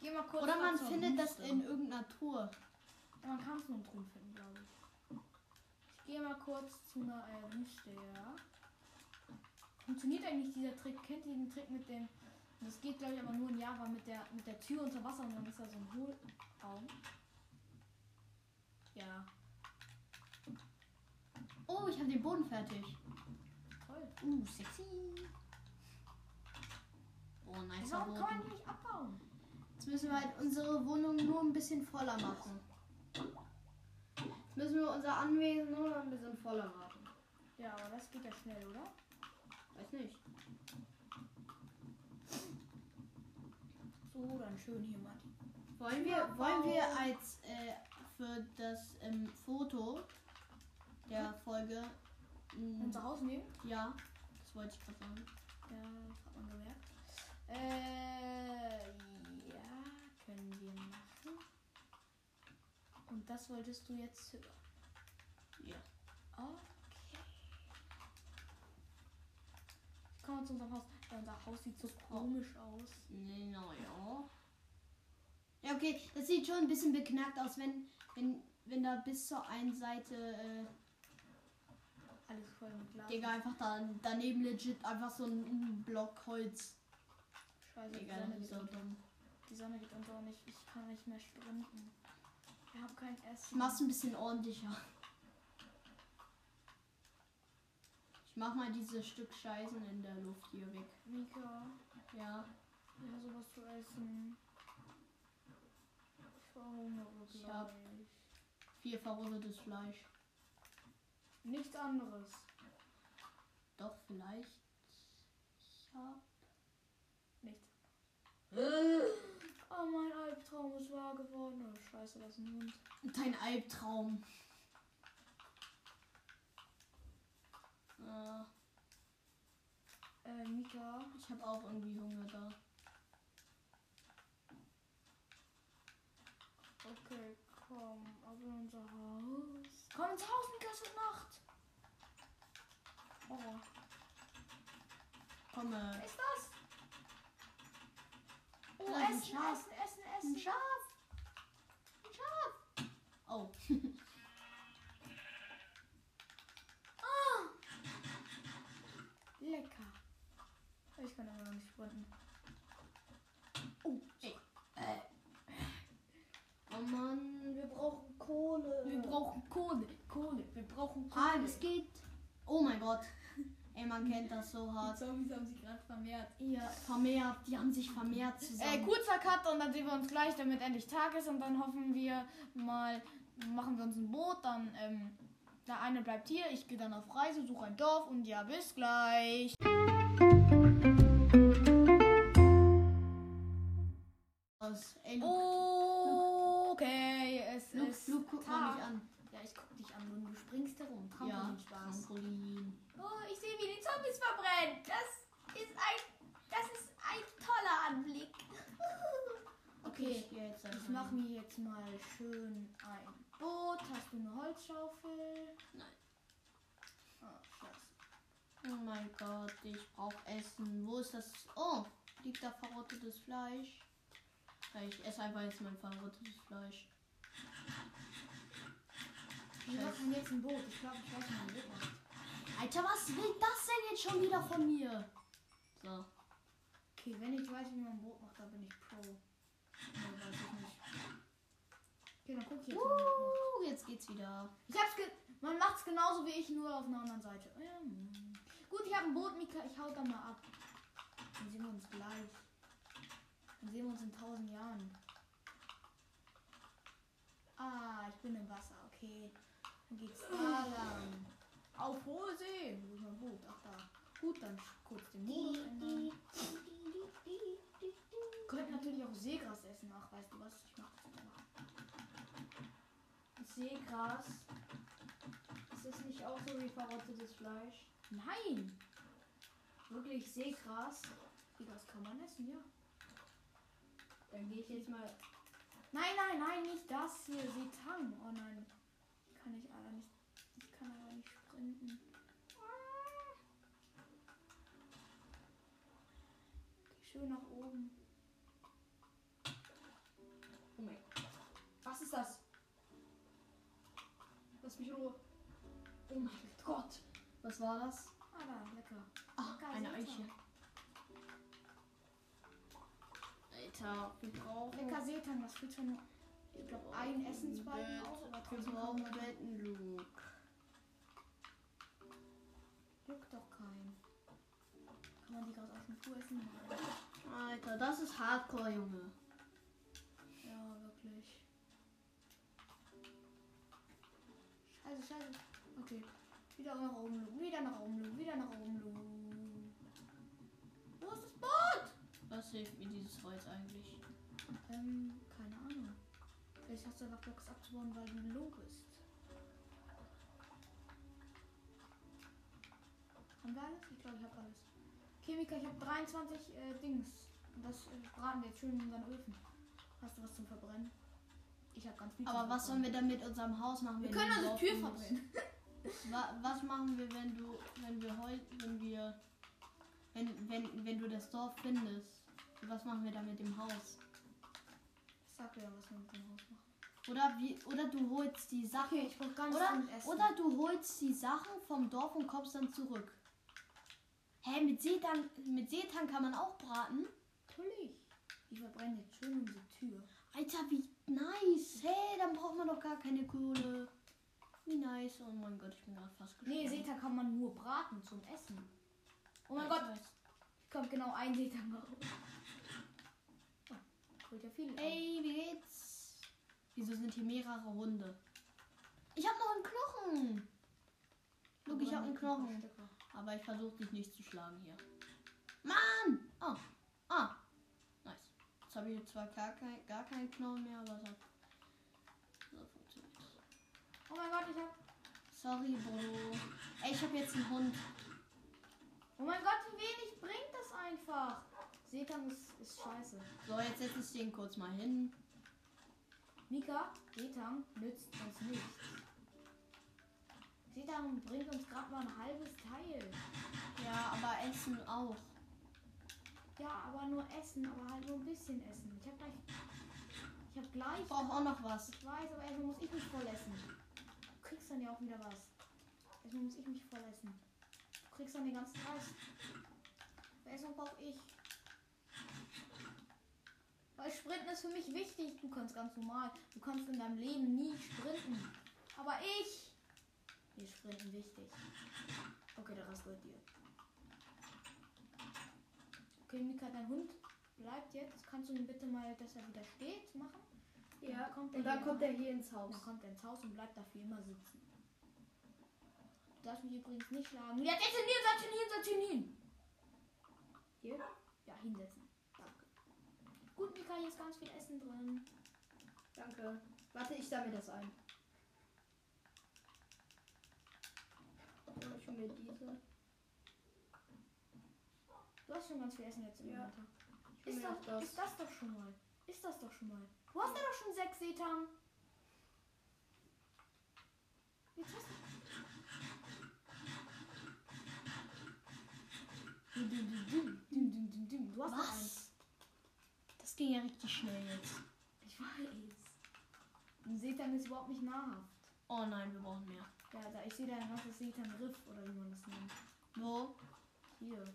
[SPEAKER 1] Ich geh mal kurz.
[SPEAKER 2] Oder
[SPEAKER 1] mal
[SPEAKER 2] man
[SPEAKER 1] zur
[SPEAKER 2] findet das
[SPEAKER 1] Wüste.
[SPEAKER 2] in irgendeiner Tour.
[SPEAKER 1] Ja, man kann es nur im Truhen finden, glaube ich. Ich gehe mal kurz zu einer äh, Wüste, ja. Funktioniert eigentlich dieser Trick? Kennt ihr den Trick mit dem. Das geht, glaube ich, aber nur in Java mit der, mit der Tür unter Wasser und dann ist da so ein Hohlraum. Ja,
[SPEAKER 2] Oh, ich habe den Boden fertig.
[SPEAKER 1] toll.
[SPEAKER 2] Uh, sexy. Oh, nice.
[SPEAKER 1] Warum kann man
[SPEAKER 2] Boden.
[SPEAKER 1] die nicht abbauen?
[SPEAKER 2] Jetzt müssen wir halt unsere Wohnung nur ein bisschen voller machen. Jetzt müssen wir unser Anwesen nur noch ein bisschen voller machen.
[SPEAKER 1] Ja, aber das geht ja schnell, oder?
[SPEAKER 2] Weiß nicht.
[SPEAKER 1] So, dann schön hier, Martin.
[SPEAKER 2] Wollen wir, wollen wir als äh, für das ähm, Foto der Folge. mm,
[SPEAKER 1] Unser Haus nehmen?
[SPEAKER 2] ja, das wollte ich gerade sagen.
[SPEAKER 1] Ja, das hat man gemerkt. Äh, ja, können wir machen. Und das wolltest du jetzt hören.
[SPEAKER 2] Ja.
[SPEAKER 1] zu unserem Haus. Ja, unser Haus sieht so komisch aus.
[SPEAKER 2] Naja. Ja, okay, das sieht schon ein bisschen beknackt aus, wenn, wenn, wenn da bis zur einen Seite, äh,
[SPEAKER 1] Alles voll mit Glas.
[SPEAKER 2] Digga, einfach da, daneben legit einfach so ein Block Holz.
[SPEAKER 1] Scheiße, die
[SPEAKER 2] Digga,
[SPEAKER 1] Sonne,
[SPEAKER 2] das
[SPEAKER 1] geht
[SPEAKER 2] ist so
[SPEAKER 1] unter.
[SPEAKER 2] dumm.
[SPEAKER 1] die Sonne geht unter und ich, ich kann nicht mehr sprinten. Ich habe kein
[SPEAKER 2] Ich
[SPEAKER 1] Essen.
[SPEAKER 2] mach's ein bisschen ordentlicher. Ich mach mal diese Stück Scheißen in der Luft hier weg.
[SPEAKER 1] Mika,
[SPEAKER 2] Ja.
[SPEAKER 1] ja, sowas zu essen. Ich verhungere
[SPEAKER 2] Ich
[SPEAKER 1] gleich.
[SPEAKER 2] hab- Viel verrotetes Fleisch.
[SPEAKER 1] Nichts anderes.
[SPEAKER 2] Doch, vielleicht. Ich hab.
[SPEAKER 1] Nichts. Oh, mein Albtraum ist wahr geworden. Oh, scheiße, das ist ein Hund.
[SPEAKER 2] Dein Albtraum. Äh,
[SPEAKER 1] Äh, Mika.
[SPEAKER 2] ich hab auch irgendwie Hunger da.
[SPEAKER 1] Okay, komm, ab in unser Haus. Komm ins Haus, Mika, es wird Nacht. Oh,
[SPEAKER 2] Komme.
[SPEAKER 1] wer ist das? Oh,
[SPEAKER 2] Da ist ein
[SPEAKER 1] Essen,
[SPEAKER 2] Schaf.
[SPEAKER 1] Essen, Essen, Essen.
[SPEAKER 2] Ein
[SPEAKER 1] Schaf.
[SPEAKER 2] Oh. Ah!
[SPEAKER 1] Lecker. Ich kann aber noch nicht sprinten.
[SPEAKER 2] Oh, ey. Äh. Oh Mann.
[SPEAKER 3] Wir brauchen Kohle.
[SPEAKER 1] Wir brauchen Kohle, Kohle. Wir brauchen Kohle.
[SPEAKER 2] Ah, es geht. Oh mein Gott. Ey, man kennt das so
[SPEAKER 1] Die
[SPEAKER 2] hart.
[SPEAKER 1] Zombies haben sich gerade vermehrt.
[SPEAKER 2] Ihr vermehrt, die haben sich vermehrt zusammen.
[SPEAKER 1] Äh, kurzer Cut und dann sehen wir uns gleich, damit endlich Tag ist und dann hoffen wir mal, machen wir uns ein Boot, dann ähm, der eine bleibt hier, ich gehe dann auf Reise, suche ein Dorf und ja, bis gleich.
[SPEAKER 2] Aus. Ey, Luke,
[SPEAKER 1] Okay, Oh, es
[SPEAKER 2] Luke,
[SPEAKER 1] ist
[SPEAKER 2] Luke guck mal mich an.
[SPEAKER 1] Ja, ich guck dich an und du springst herum.
[SPEAKER 2] Ja,
[SPEAKER 1] Trampolin-Spaß.
[SPEAKER 2] Trampolin.
[SPEAKER 1] Oh, ich sehe, wie die Zombies verbrennen. Das ist ein, das ist ein toller Anblick. Okay,
[SPEAKER 2] ich geh jetzt
[SPEAKER 1] ich
[SPEAKER 2] einfach
[SPEAKER 1] mache
[SPEAKER 2] hin.
[SPEAKER 1] mir jetzt mal schön ein Boot. Hast du eine Holzschaufel?
[SPEAKER 2] Nein.
[SPEAKER 1] Ah, scheiße.
[SPEAKER 2] Oh mein Gott, ich brauch Essen. Wo ist das? Oh, liegt da verrottetes Fleisch? Ja, ich esse einfach jetzt mein verrottetes Fleisch.
[SPEAKER 1] Wir
[SPEAKER 2] Scheiße.
[SPEAKER 1] machen jetzt ein Boot. Ich glaube, ich weiß, wie man ein Boot macht.
[SPEAKER 2] Alter, was will das denn jetzt schon wieder von mir? So.
[SPEAKER 1] Okay, wenn ich weiß, wie man ein Boot macht, dann bin ich Pro. Nee, weiß ich nicht. Okay, dann guck ich jetzt. wie man ein Boot macht.
[SPEAKER 2] Uh, jetzt geht's wieder.
[SPEAKER 1] Ich hab's ge Man macht's genauso wie ich, nur auf einer anderen Seite. Ja, hm. Gut, ich habe ein Boot, Mika. Ich hau da mal ab. Dann sehen wir uns gleich. Dann sehen wir uns in tausend Jahren. Ah, ich bin im Wasser. Okay. Dann geht's da lang. Auf hohe See. Wo ist mein Boot? Ach, da. Gut, dann sch- kurz den Modus ändern. Könnte natürlich auch Seegras essen. Ach, weißt du was? Ich mach das mal. Seegras.
[SPEAKER 3] Ist das nicht auch so wie verrottetes Fleisch?
[SPEAKER 1] Nein! Wirklich Seegras. Seegras kann man essen, ja.
[SPEAKER 3] Dann gehe ich jetzt mal.
[SPEAKER 1] Nein, nein, nein, nicht das hier. Seetang. Oh nein. Kann ich aber nicht. Ich kann aber nicht sprinten. Geh schön nach oben.
[SPEAKER 3] Oh mein Gott. Was ist das? Lass mich in Ruhe. Oh mein Gott.
[SPEAKER 2] Was war das?
[SPEAKER 1] Ah, da, lecker.
[SPEAKER 2] Ach,
[SPEAKER 1] Geil,
[SPEAKER 2] eine
[SPEAKER 1] super.
[SPEAKER 2] Eiche. Alter, wir brauchen.
[SPEAKER 1] Lecker Seetang, das fühlt schon.
[SPEAKER 2] wir
[SPEAKER 1] ich glaub,
[SPEAKER 2] brauchen
[SPEAKER 1] ein Essensbalken
[SPEAKER 2] Bett.
[SPEAKER 1] aus, aber
[SPEAKER 2] Wir
[SPEAKER 1] trotzdem
[SPEAKER 2] brauchen
[SPEAKER 1] kann man-
[SPEAKER 2] Betten, Luke.
[SPEAKER 1] Juckt doch keinen. Kann man die gerade aus dem Fuhr essen?
[SPEAKER 2] Alter, das ist Hardcore, Junge.
[SPEAKER 1] Ja, wirklich. Scheiße, scheiße. Okay. Wieder nach oben, Luke. Wieder nach oben, Luke. Wieder nach oben, Luke. Wo ist das Boot?
[SPEAKER 2] Was hilft mir dieses Holz eigentlich?
[SPEAKER 1] Ähm, keine Ahnung. Vielleicht hast du einfach Blocks abzubauen, weil du low bist. Haben wir alles? Ich glaube, ich habe alles. Chemiker, ich habe 23 äh, Dings. Und das äh, braten wir jetzt schön in unseren Öfen. Hast du was zum Verbrennen? Ich habe ganz viel.
[SPEAKER 2] Aber was sollen wir dann mit unserem Haus machen?
[SPEAKER 1] Wir
[SPEAKER 2] wenn
[SPEAKER 1] können
[SPEAKER 2] wir
[SPEAKER 1] unsere Tür
[SPEAKER 2] überhaupt nichts-
[SPEAKER 1] verbrennen.
[SPEAKER 2] Wa was machen wir, wenn du, wenn wir heute, wenn wir Wenn, wenn, wenn du das Dorf findest, was machen wir dann mit dem Haus?
[SPEAKER 1] Ich sag dir ja, was wir mit dem Haus machen.
[SPEAKER 2] Oder, wie, oder du holst die Sachen.
[SPEAKER 1] Okay, ich brauch ganz
[SPEAKER 2] Oder,
[SPEAKER 1] dringend Essen.
[SPEAKER 2] oder du holst die Sachen vom Dorf und kommst dann zurück. Hä, mit Seetang, mit Seetang kann man auch braten?
[SPEAKER 1] Natürlich. Ich verbrenne jetzt schön diese Tür.
[SPEAKER 2] Alter, wie nice. Hey, dann braucht man doch gar keine Kohle. Wie nice. Oh mein Gott, ich bin gerade fast gestorben.
[SPEAKER 1] Nee, Seta kann man nur braten zum Essen. Oh mein
[SPEAKER 2] Ich
[SPEAKER 1] Gott,
[SPEAKER 2] weiß.
[SPEAKER 1] kommt genau ein Seta raus. Oh, holt ja viel.
[SPEAKER 2] Hey, wie geht's? Wieso sind hier mehrere Hunde? Ich hab noch einen Knochen. Look, ich hab einen Knochen.
[SPEAKER 1] Oh
[SPEAKER 2] Aber ich versuche dich nicht zu schlagen hier. Mann! Oh. Ah. Nice. Jetzt habe ich zwar gar, kein, gar keinen Knochen mehr, aber so. So funktioniert's.
[SPEAKER 1] Oh mein Gott, ich hab.
[SPEAKER 2] Sorry, Bro. Ey, ich habe jetzt einen Hund.
[SPEAKER 1] Oh mein Gott, wie wenig bringt das einfach? Seta ist, ist scheiße.
[SPEAKER 2] So, jetzt setze ich den kurz mal hin.
[SPEAKER 1] Mika, Seetang nützt uns nichts. Seetang bringt uns gerade mal ein halbes Teil.
[SPEAKER 2] Ja, aber Essen auch.
[SPEAKER 1] Ja, aber nur Essen, aber halt nur ein bisschen Essen. Ich hab gleich. Ich hab gleich.
[SPEAKER 2] Ich brauche auch noch was.
[SPEAKER 1] Ich weiß, aber erstmal muss ich mich voll essen. Du kriegst dann ja auch wieder was. Erstmal muss ich mich voll essen. Du kriegst dann den ganzen Reis. Aber erstmal brauch ich. Weil Sprinten ist für mich wichtig. Du kannst ganz normal. Du kannst in deinem Leben nie sprinten. Aber ich. Mir ist Sprinten wichtig. Okay, der Rest gehört dir. Okay, Mika, dein Hund bleibt jetzt. Kannst du ihn bitte mal, dass er wieder steht, machen?
[SPEAKER 3] Ja,
[SPEAKER 1] Dann kommt
[SPEAKER 3] und
[SPEAKER 1] der
[SPEAKER 3] dann
[SPEAKER 1] hier.
[SPEAKER 3] kommt er hier ins
[SPEAKER 1] Und
[SPEAKER 3] Haus.
[SPEAKER 1] dann kommt er ins Haus und bleibt da für immer sitzen. Du darfst mich übrigens nicht schlagen. Ja, setz ihn hin, setz ihn hin, setz ihn hin.
[SPEAKER 3] Hier?
[SPEAKER 1] Ja, hinsetzen. Danke. Gut, Mika, hier ist ganz viel Essen drin.
[SPEAKER 3] Danke. Warte, ich sammle das ein. So, Ich hole mir diese.
[SPEAKER 1] Du hast schon ganz viel Essen jetzt im
[SPEAKER 3] Ja.
[SPEAKER 1] Inventar. Ist,
[SPEAKER 3] Ich hole mir auch
[SPEAKER 1] das,
[SPEAKER 3] das.
[SPEAKER 1] ist das doch schon mal. Ist das doch schon mal. Du hast ja doch schon sechs Seetang. Jetzt hast du... Dum, dum, dum, dum, dum, dum, dum. Du hast noch eins.
[SPEAKER 2] Was? Das ging ja richtig schnell jetzt.
[SPEAKER 1] Ich weiß. Ein Seetang ist überhaupt nicht nahrhaft.
[SPEAKER 2] Oh nein, wir brauchen mehr.
[SPEAKER 1] Ja, da ich sehe da ein ganzes Seetang-Riff oder wie man das nennt.
[SPEAKER 2] Wo?
[SPEAKER 1] Hier.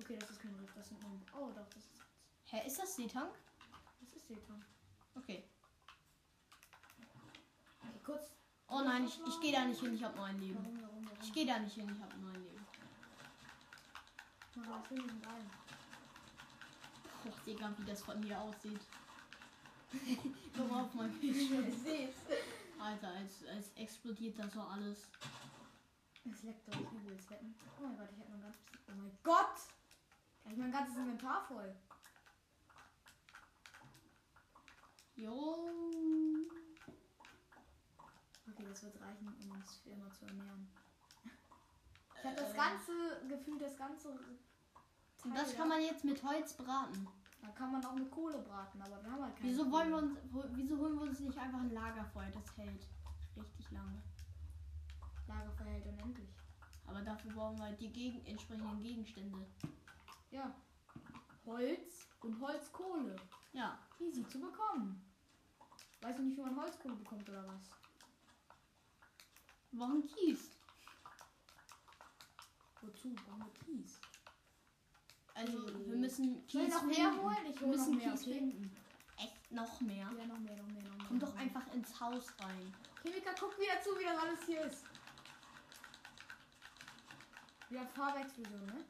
[SPEAKER 1] Okay, das ist kein Riff, das sind nur. Oh, doch, das ist.
[SPEAKER 2] Hä, ist das Seetank?
[SPEAKER 1] Das ist Seetang.
[SPEAKER 2] Okay.
[SPEAKER 1] Okay, kurz.
[SPEAKER 2] Oh nein, ich, ich gehe da nicht hin, ich habe nur ein Leben.
[SPEAKER 1] Warum, warum, warum?
[SPEAKER 2] Ich gehe da nicht hin, ich habe nur ein Leben.
[SPEAKER 1] Mal was hin und rein.
[SPEAKER 2] Boah, Digga, wie das von hier aussieht. Komm auf mein Bildschirm.
[SPEAKER 3] Ich seh's.
[SPEAKER 2] Alter, als, als explodiert das so alles.
[SPEAKER 1] Das leckt doch übelst wetten. Oh mein Gott, ich hab mein ganzes. Oh mein Gott! Da hab ich mein ganzes Inventar voll.
[SPEAKER 2] Jo.
[SPEAKER 1] Okay, das wird reichen, um uns für immer zu ernähren. Ich hab das ganze Gefühl, das ganze. Teil
[SPEAKER 2] Das kann man jetzt mit Holz braten.
[SPEAKER 1] Da kann man auch mit Kohle braten, aber wir haben halt keine.
[SPEAKER 2] Wieso
[SPEAKER 1] Kohle.
[SPEAKER 2] wollen wir uns, hol- wieso holen wir uns nicht einfach ein Lagerfeuer? Das hält richtig lange.
[SPEAKER 1] Lagerfeuer hält unendlich.
[SPEAKER 2] Aber dafür brauchen wir halt die gegen, entsprechenden Gegenstände.
[SPEAKER 1] Ja. Holz und Holzkohle.
[SPEAKER 2] Ja,
[SPEAKER 1] Easy zu bekommen. Weißt du nicht, wie man Holzkohle bekommt oder was?
[SPEAKER 2] warum Kies?
[SPEAKER 1] Wozu? Warum wir Kies?
[SPEAKER 2] Also
[SPEAKER 1] Hm.
[SPEAKER 2] wir müssen
[SPEAKER 1] Soll ich
[SPEAKER 2] Kies
[SPEAKER 1] noch mehr
[SPEAKER 2] finden.
[SPEAKER 1] holen? Ich
[SPEAKER 2] wir
[SPEAKER 1] hol noch
[SPEAKER 2] müssen
[SPEAKER 1] mehr,
[SPEAKER 2] Kies
[SPEAKER 1] okay?
[SPEAKER 2] finden. Echt noch mehr?
[SPEAKER 1] Ja, noch mehr, noch mehr, noch mehr.
[SPEAKER 2] Komm
[SPEAKER 1] noch
[SPEAKER 2] doch
[SPEAKER 1] mehr.
[SPEAKER 2] einfach ins Haus rein.
[SPEAKER 1] Chemiker, guck wieder zu, wie das alles hier ist. Wieder Farbexplosion, ne?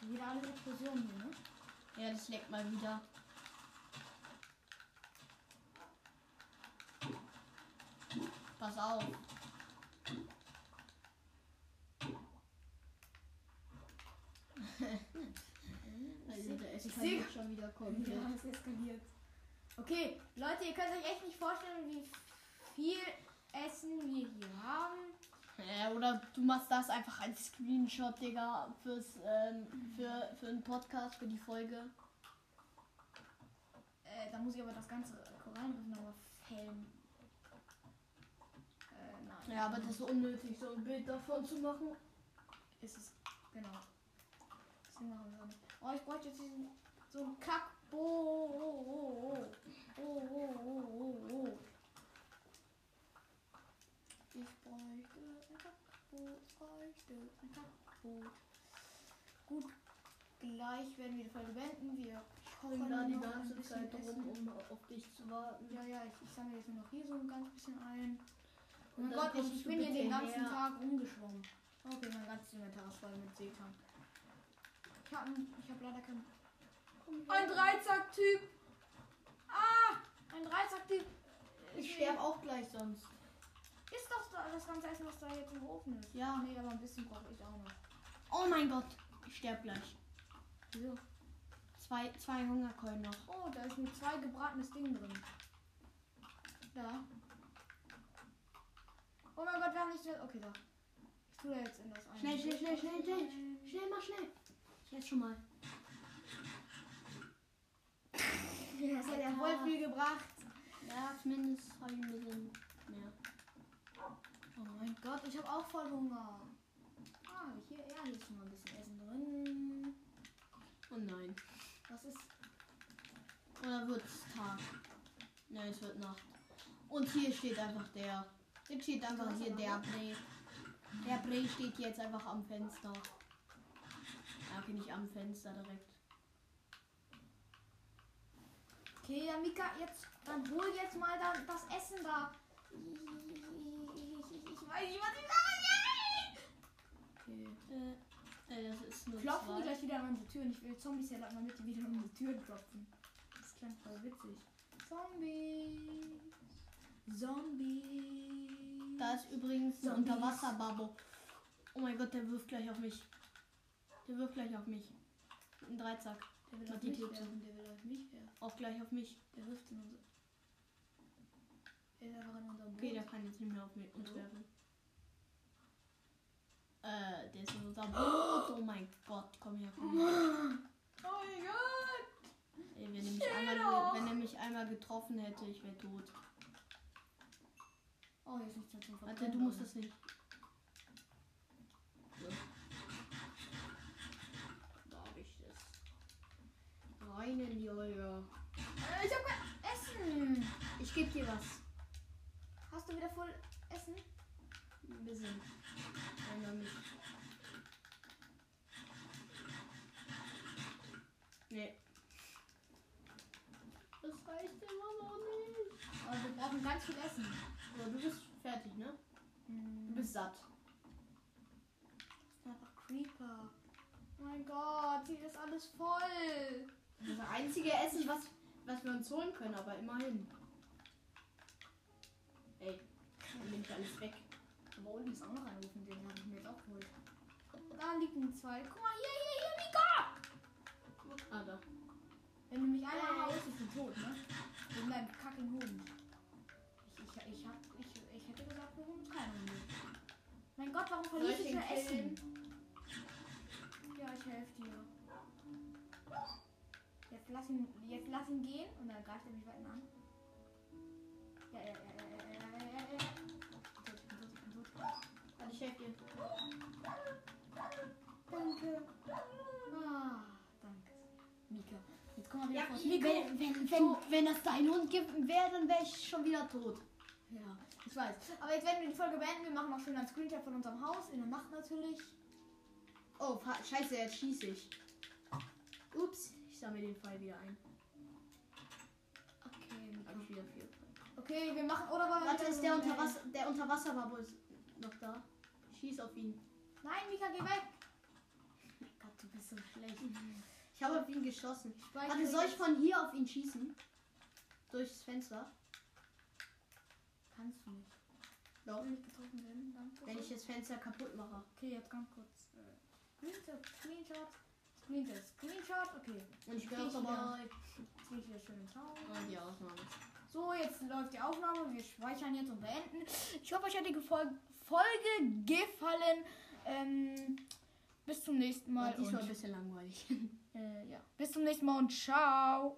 [SPEAKER 1] Wieder alle Explosionen hier, ne?
[SPEAKER 2] Ja, das leckt mal wieder. Pass auf. Also, da ist
[SPEAKER 1] Ich seh-
[SPEAKER 2] halt schon wieder kommen.
[SPEAKER 1] Ja, es eskaliert. Okay, Leute, ihr könnt euch echt nicht vorstellen, wie viel Essen wir hier haben.
[SPEAKER 2] Äh, oder du machst das einfach als Screenshot, Digga, fürs, ähm, für, für den Podcast, für die Folge.
[SPEAKER 1] Äh, da muss ich aber das ganze Korallenriff nochmal fällen. Äh, nein.
[SPEAKER 2] Ja, aber das ist unnötig, so ein Bild davon zu machen.
[SPEAKER 1] ist es. Genau. Das den machen wir so nicht. Oh, ich bräuchte jetzt diesen, so einen Kackbo. Oh, oh, oh, oh, oh, oh, oh, oh. Ich bräuchte ein Kackbo. Ich bräuchte ein Kackbo. Gut, gleich werden wir die Folge beenden. Wir
[SPEAKER 2] Und
[SPEAKER 1] können
[SPEAKER 2] da die
[SPEAKER 1] noch ein
[SPEAKER 2] ganze
[SPEAKER 1] bisschen
[SPEAKER 2] Zeit rum,
[SPEAKER 1] essen.
[SPEAKER 2] um auf dich zu warten.
[SPEAKER 1] Ja, ja, ich, ich sammle jetzt nur noch hier so ein ganz bisschen ein. Oh
[SPEAKER 2] Und
[SPEAKER 1] mein
[SPEAKER 2] dann
[SPEAKER 1] Gott, ich,
[SPEAKER 2] kommst
[SPEAKER 1] ich
[SPEAKER 2] du
[SPEAKER 1] bin hier
[SPEAKER 2] bitte
[SPEAKER 1] den ganzen
[SPEAKER 2] her.
[SPEAKER 1] Tag rumgeschwommen. Okay, mein ganzes Inventar ist voll mit Seetang. Ich habe ich hab leider keinen. Ein Dreizack-Typ! Ah! Ein Dreizack-Typ!
[SPEAKER 2] Ich sterbe auch gleich sonst.
[SPEAKER 1] Ist doch da- das ganze Essen, was da jetzt im Ofen ist.
[SPEAKER 2] Ja.
[SPEAKER 1] Nee, aber ein bisschen brauche ich auch noch.
[SPEAKER 2] Oh mein Gott, ich sterbe gleich.
[SPEAKER 1] Wieso?
[SPEAKER 2] Zwei, zwei Hungerkeulen noch.
[SPEAKER 1] Oh, da ist nur zwei gebratenes Ding drin. Da. Oh mein Gott, wir haben nicht. Okay, da. Ich tue da jetzt in das eine.
[SPEAKER 2] Schnell, schnell, schnell, schnell, schnell. Schnell, mach schnell. Jetzt schon mal.
[SPEAKER 1] Ja, Das hat ja voll viel gebracht.
[SPEAKER 2] Ja, zumindest habe ich ein bisschen mehr.
[SPEAKER 1] Oh mein Gott, ich habe auch voll Hunger. Ah, hab ich hier, ja, hier ist schon mal ein bisschen Essen drin.
[SPEAKER 2] Oh nein.
[SPEAKER 1] Was ist.
[SPEAKER 2] Oder wird's Tag? Nein, es wird Nacht. Und hier steht einfach der. Jetzt steht einfach hier der Bre. Der Bre steht jetzt einfach am Fenster. Ja, okay, nicht am Fenster direkt.
[SPEAKER 1] Okay, ja, Mika, jetzt, dann hol jetzt mal da, das Essen da. Ich, weiß nicht, was ich machen soll. Okay.
[SPEAKER 2] Äh, äh, das ist nur
[SPEAKER 1] Klopfen die
[SPEAKER 2] zwei.
[SPEAKER 1] gleich wieder an unsere Türen. Ich will Zombies ja mal mit die wieder an unsere Türen klopfen. Das klingt voll witzig. Zombies. Zombies.
[SPEAKER 2] Da ist übrigens ein
[SPEAKER 1] Zombies.
[SPEAKER 2] Unterwasserbabo. Oh mein Gott, der wirft gleich auf mich. Der wirft gleich auf mich. Ein Dreizack.
[SPEAKER 1] der will
[SPEAKER 2] Hat
[SPEAKER 1] auf
[SPEAKER 2] die
[SPEAKER 1] mich
[SPEAKER 2] Klebse.
[SPEAKER 1] werfen. Der will auf mich werfen.
[SPEAKER 2] Auch gleich auf mich.
[SPEAKER 1] Der wirft in unser. Er ist einfach in unserem
[SPEAKER 2] Okay,
[SPEAKER 1] Boot.
[SPEAKER 2] der kann jetzt nicht mehr auf mich uns
[SPEAKER 1] Hallo?
[SPEAKER 2] werfen. Äh, der ist in unserem Boot. Oh mein Gott, komm her, komm her.
[SPEAKER 1] Oh mein Gott!
[SPEAKER 2] Ey, wenn, er mich
[SPEAKER 1] Steh
[SPEAKER 2] einmal,
[SPEAKER 1] doch!
[SPEAKER 2] ge- wenn er mich einmal getroffen hätte, ich wäre tot.
[SPEAKER 1] Oh, hier ist nichts mehr zum Verbrennen.
[SPEAKER 2] Alter, du musst das nicht. So. Da hab ich das. Rein in die Eier.
[SPEAKER 1] Äh, ich hab kein Essen!
[SPEAKER 2] Ich geb dir was.
[SPEAKER 1] Hast du wieder voll Essen?
[SPEAKER 2] Ein bisschen. Einmal mich. Nee. Das reicht immer noch nicht.
[SPEAKER 1] Aber Oh, wir brauchen ganz viel Essen. Hm,
[SPEAKER 2] So, du bist fertig, ne? Du bist satt.
[SPEAKER 1] einfach Creeper. Mein Gott, hier ist alles voll.
[SPEAKER 2] Das ist das einzige Essen, was, was wir uns holen können, aber immerhin. Ey, dann nehme ich alles weg.
[SPEAKER 1] Aber unten ist auch noch ein Ofen, den habe ich mir jetzt auch geholt. Da liegen zwei. Guck mal, hier, hier, hier, Mika!
[SPEAKER 2] Ah, da.
[SPEAKER 1] Wenn du mich einmal haust, ist du tot, ne? Wegen deinem kacken Hoden. Ich, ich, ich, hab, ich, ich hätte gesagt, wir holen keinen Hund. Mein Gott, warum
[SPEAKER 2] Soll
[SPEAKER 1] verliere
[SPEAKER 2] ich
[SPEAKER 1] ich
[SPEAKER 2] ihn
[SPEAKER 1] mehr Essen?
[SPEAKER 2] killen?
[SPEAKER 1] Ja, ich helfe dir. Jetzt lass, ihn, jetzt lass ihn gehen und dann greift er mich weiter an. Ja, ja, ja, ja, ja, ja, ja, ja. Tot, ich bin tot, ich bin tot.
[SPEAKER 2] Warte, ich helfe dir.
[SPEAKER 1] Danke. Ah, danke. Mika. Jetzt komm mal wieder
[SPEAKER 2] Ja,
[SPEAKER 1] vor.
[SPEAKER 2] wenn, wenn, wenn, wenn das dein Hund gibt- wäre, dann wäre ich schon wieder tot.
[SPEAKER 1] Ja, ich weiß. Aber jetzt werden wir die Folge beenden. Wir machen noch schön einen Screenshot von unserem Haus. In der Nacht natürlich.
[SPEAKER 2] Oh, fa- scheiße, jetzt schieße ich. Ups, ich sammle den Pfeil wieder ein.
[SPEAKER 1] Okay.
[SPEAKER 2] Hab ich wieder vier.
[SPEAKER 1] Okay, wir machen. Oder wollen wir
[SPEAKER 2] Warte,
[SPEAKER 1] wieder
[SPEAKER 2] ist
[SPEAKER 1] so
[SPEAKER 2] der
[SPEAKER 1] ein-
[SPEAKER 2] Unterwasser, der Unterwasserbabo ist noch da? Schieß auf ihn.
[SPEAKER 1] Nein, Mika, geh weg.
[SPEAKER 2] Oh
[SPEAKER 1] Gott, du bist so schlecht.
[SPEAKER 2] Ich habe auf ihn geschossen.
[SPEAKER 1] Weiß
[SPEAKER 2] Warte,
[SPEAKER 1] nicht.
[SPEAKER 2] soll ich von hier auf ihn schießen? Durchs Fenster?
[SPEAKER 1] Kannst du nicht.
[SPEAKER 2] Doch.
[SPEAKER 1] Wenn ich getroffen werden, danke.
[SPEAKER 2] Wenn ich das Fenster kaputt mache.
[SPEAKER 1] okay, jetzt ganz kurz. äh, Screenshot, Screenshot, Screenshot, Screenshot. Okay,
[SPEAKER 2] Und ich bin
[SPEAKER 1] Krieg
[SPEAKER 2] auch
[SPEAKER 1] ich
[SPEAKER 2] dabei.
[SPEAKER 1] jetzt gehe ich wieder schön ins Haus.
[SPEAKER 2] Und die Ausnahme.
[SPEAKER 1] So, jetzt läuft die Aufnahme. Wir speichern jetzt und beenden. Ich hoffe, euch hat die Gefol Folge gefallen. Ähm, bis zum nächsten Mal.
[SPEAKER 2] die ist schon ein
[SPEAKER 1] Und,
[SPEAKER 2] bisschen langweilig.
[SPEAKER 1] äh, ja. Bis zum nächsten Mal und ciao.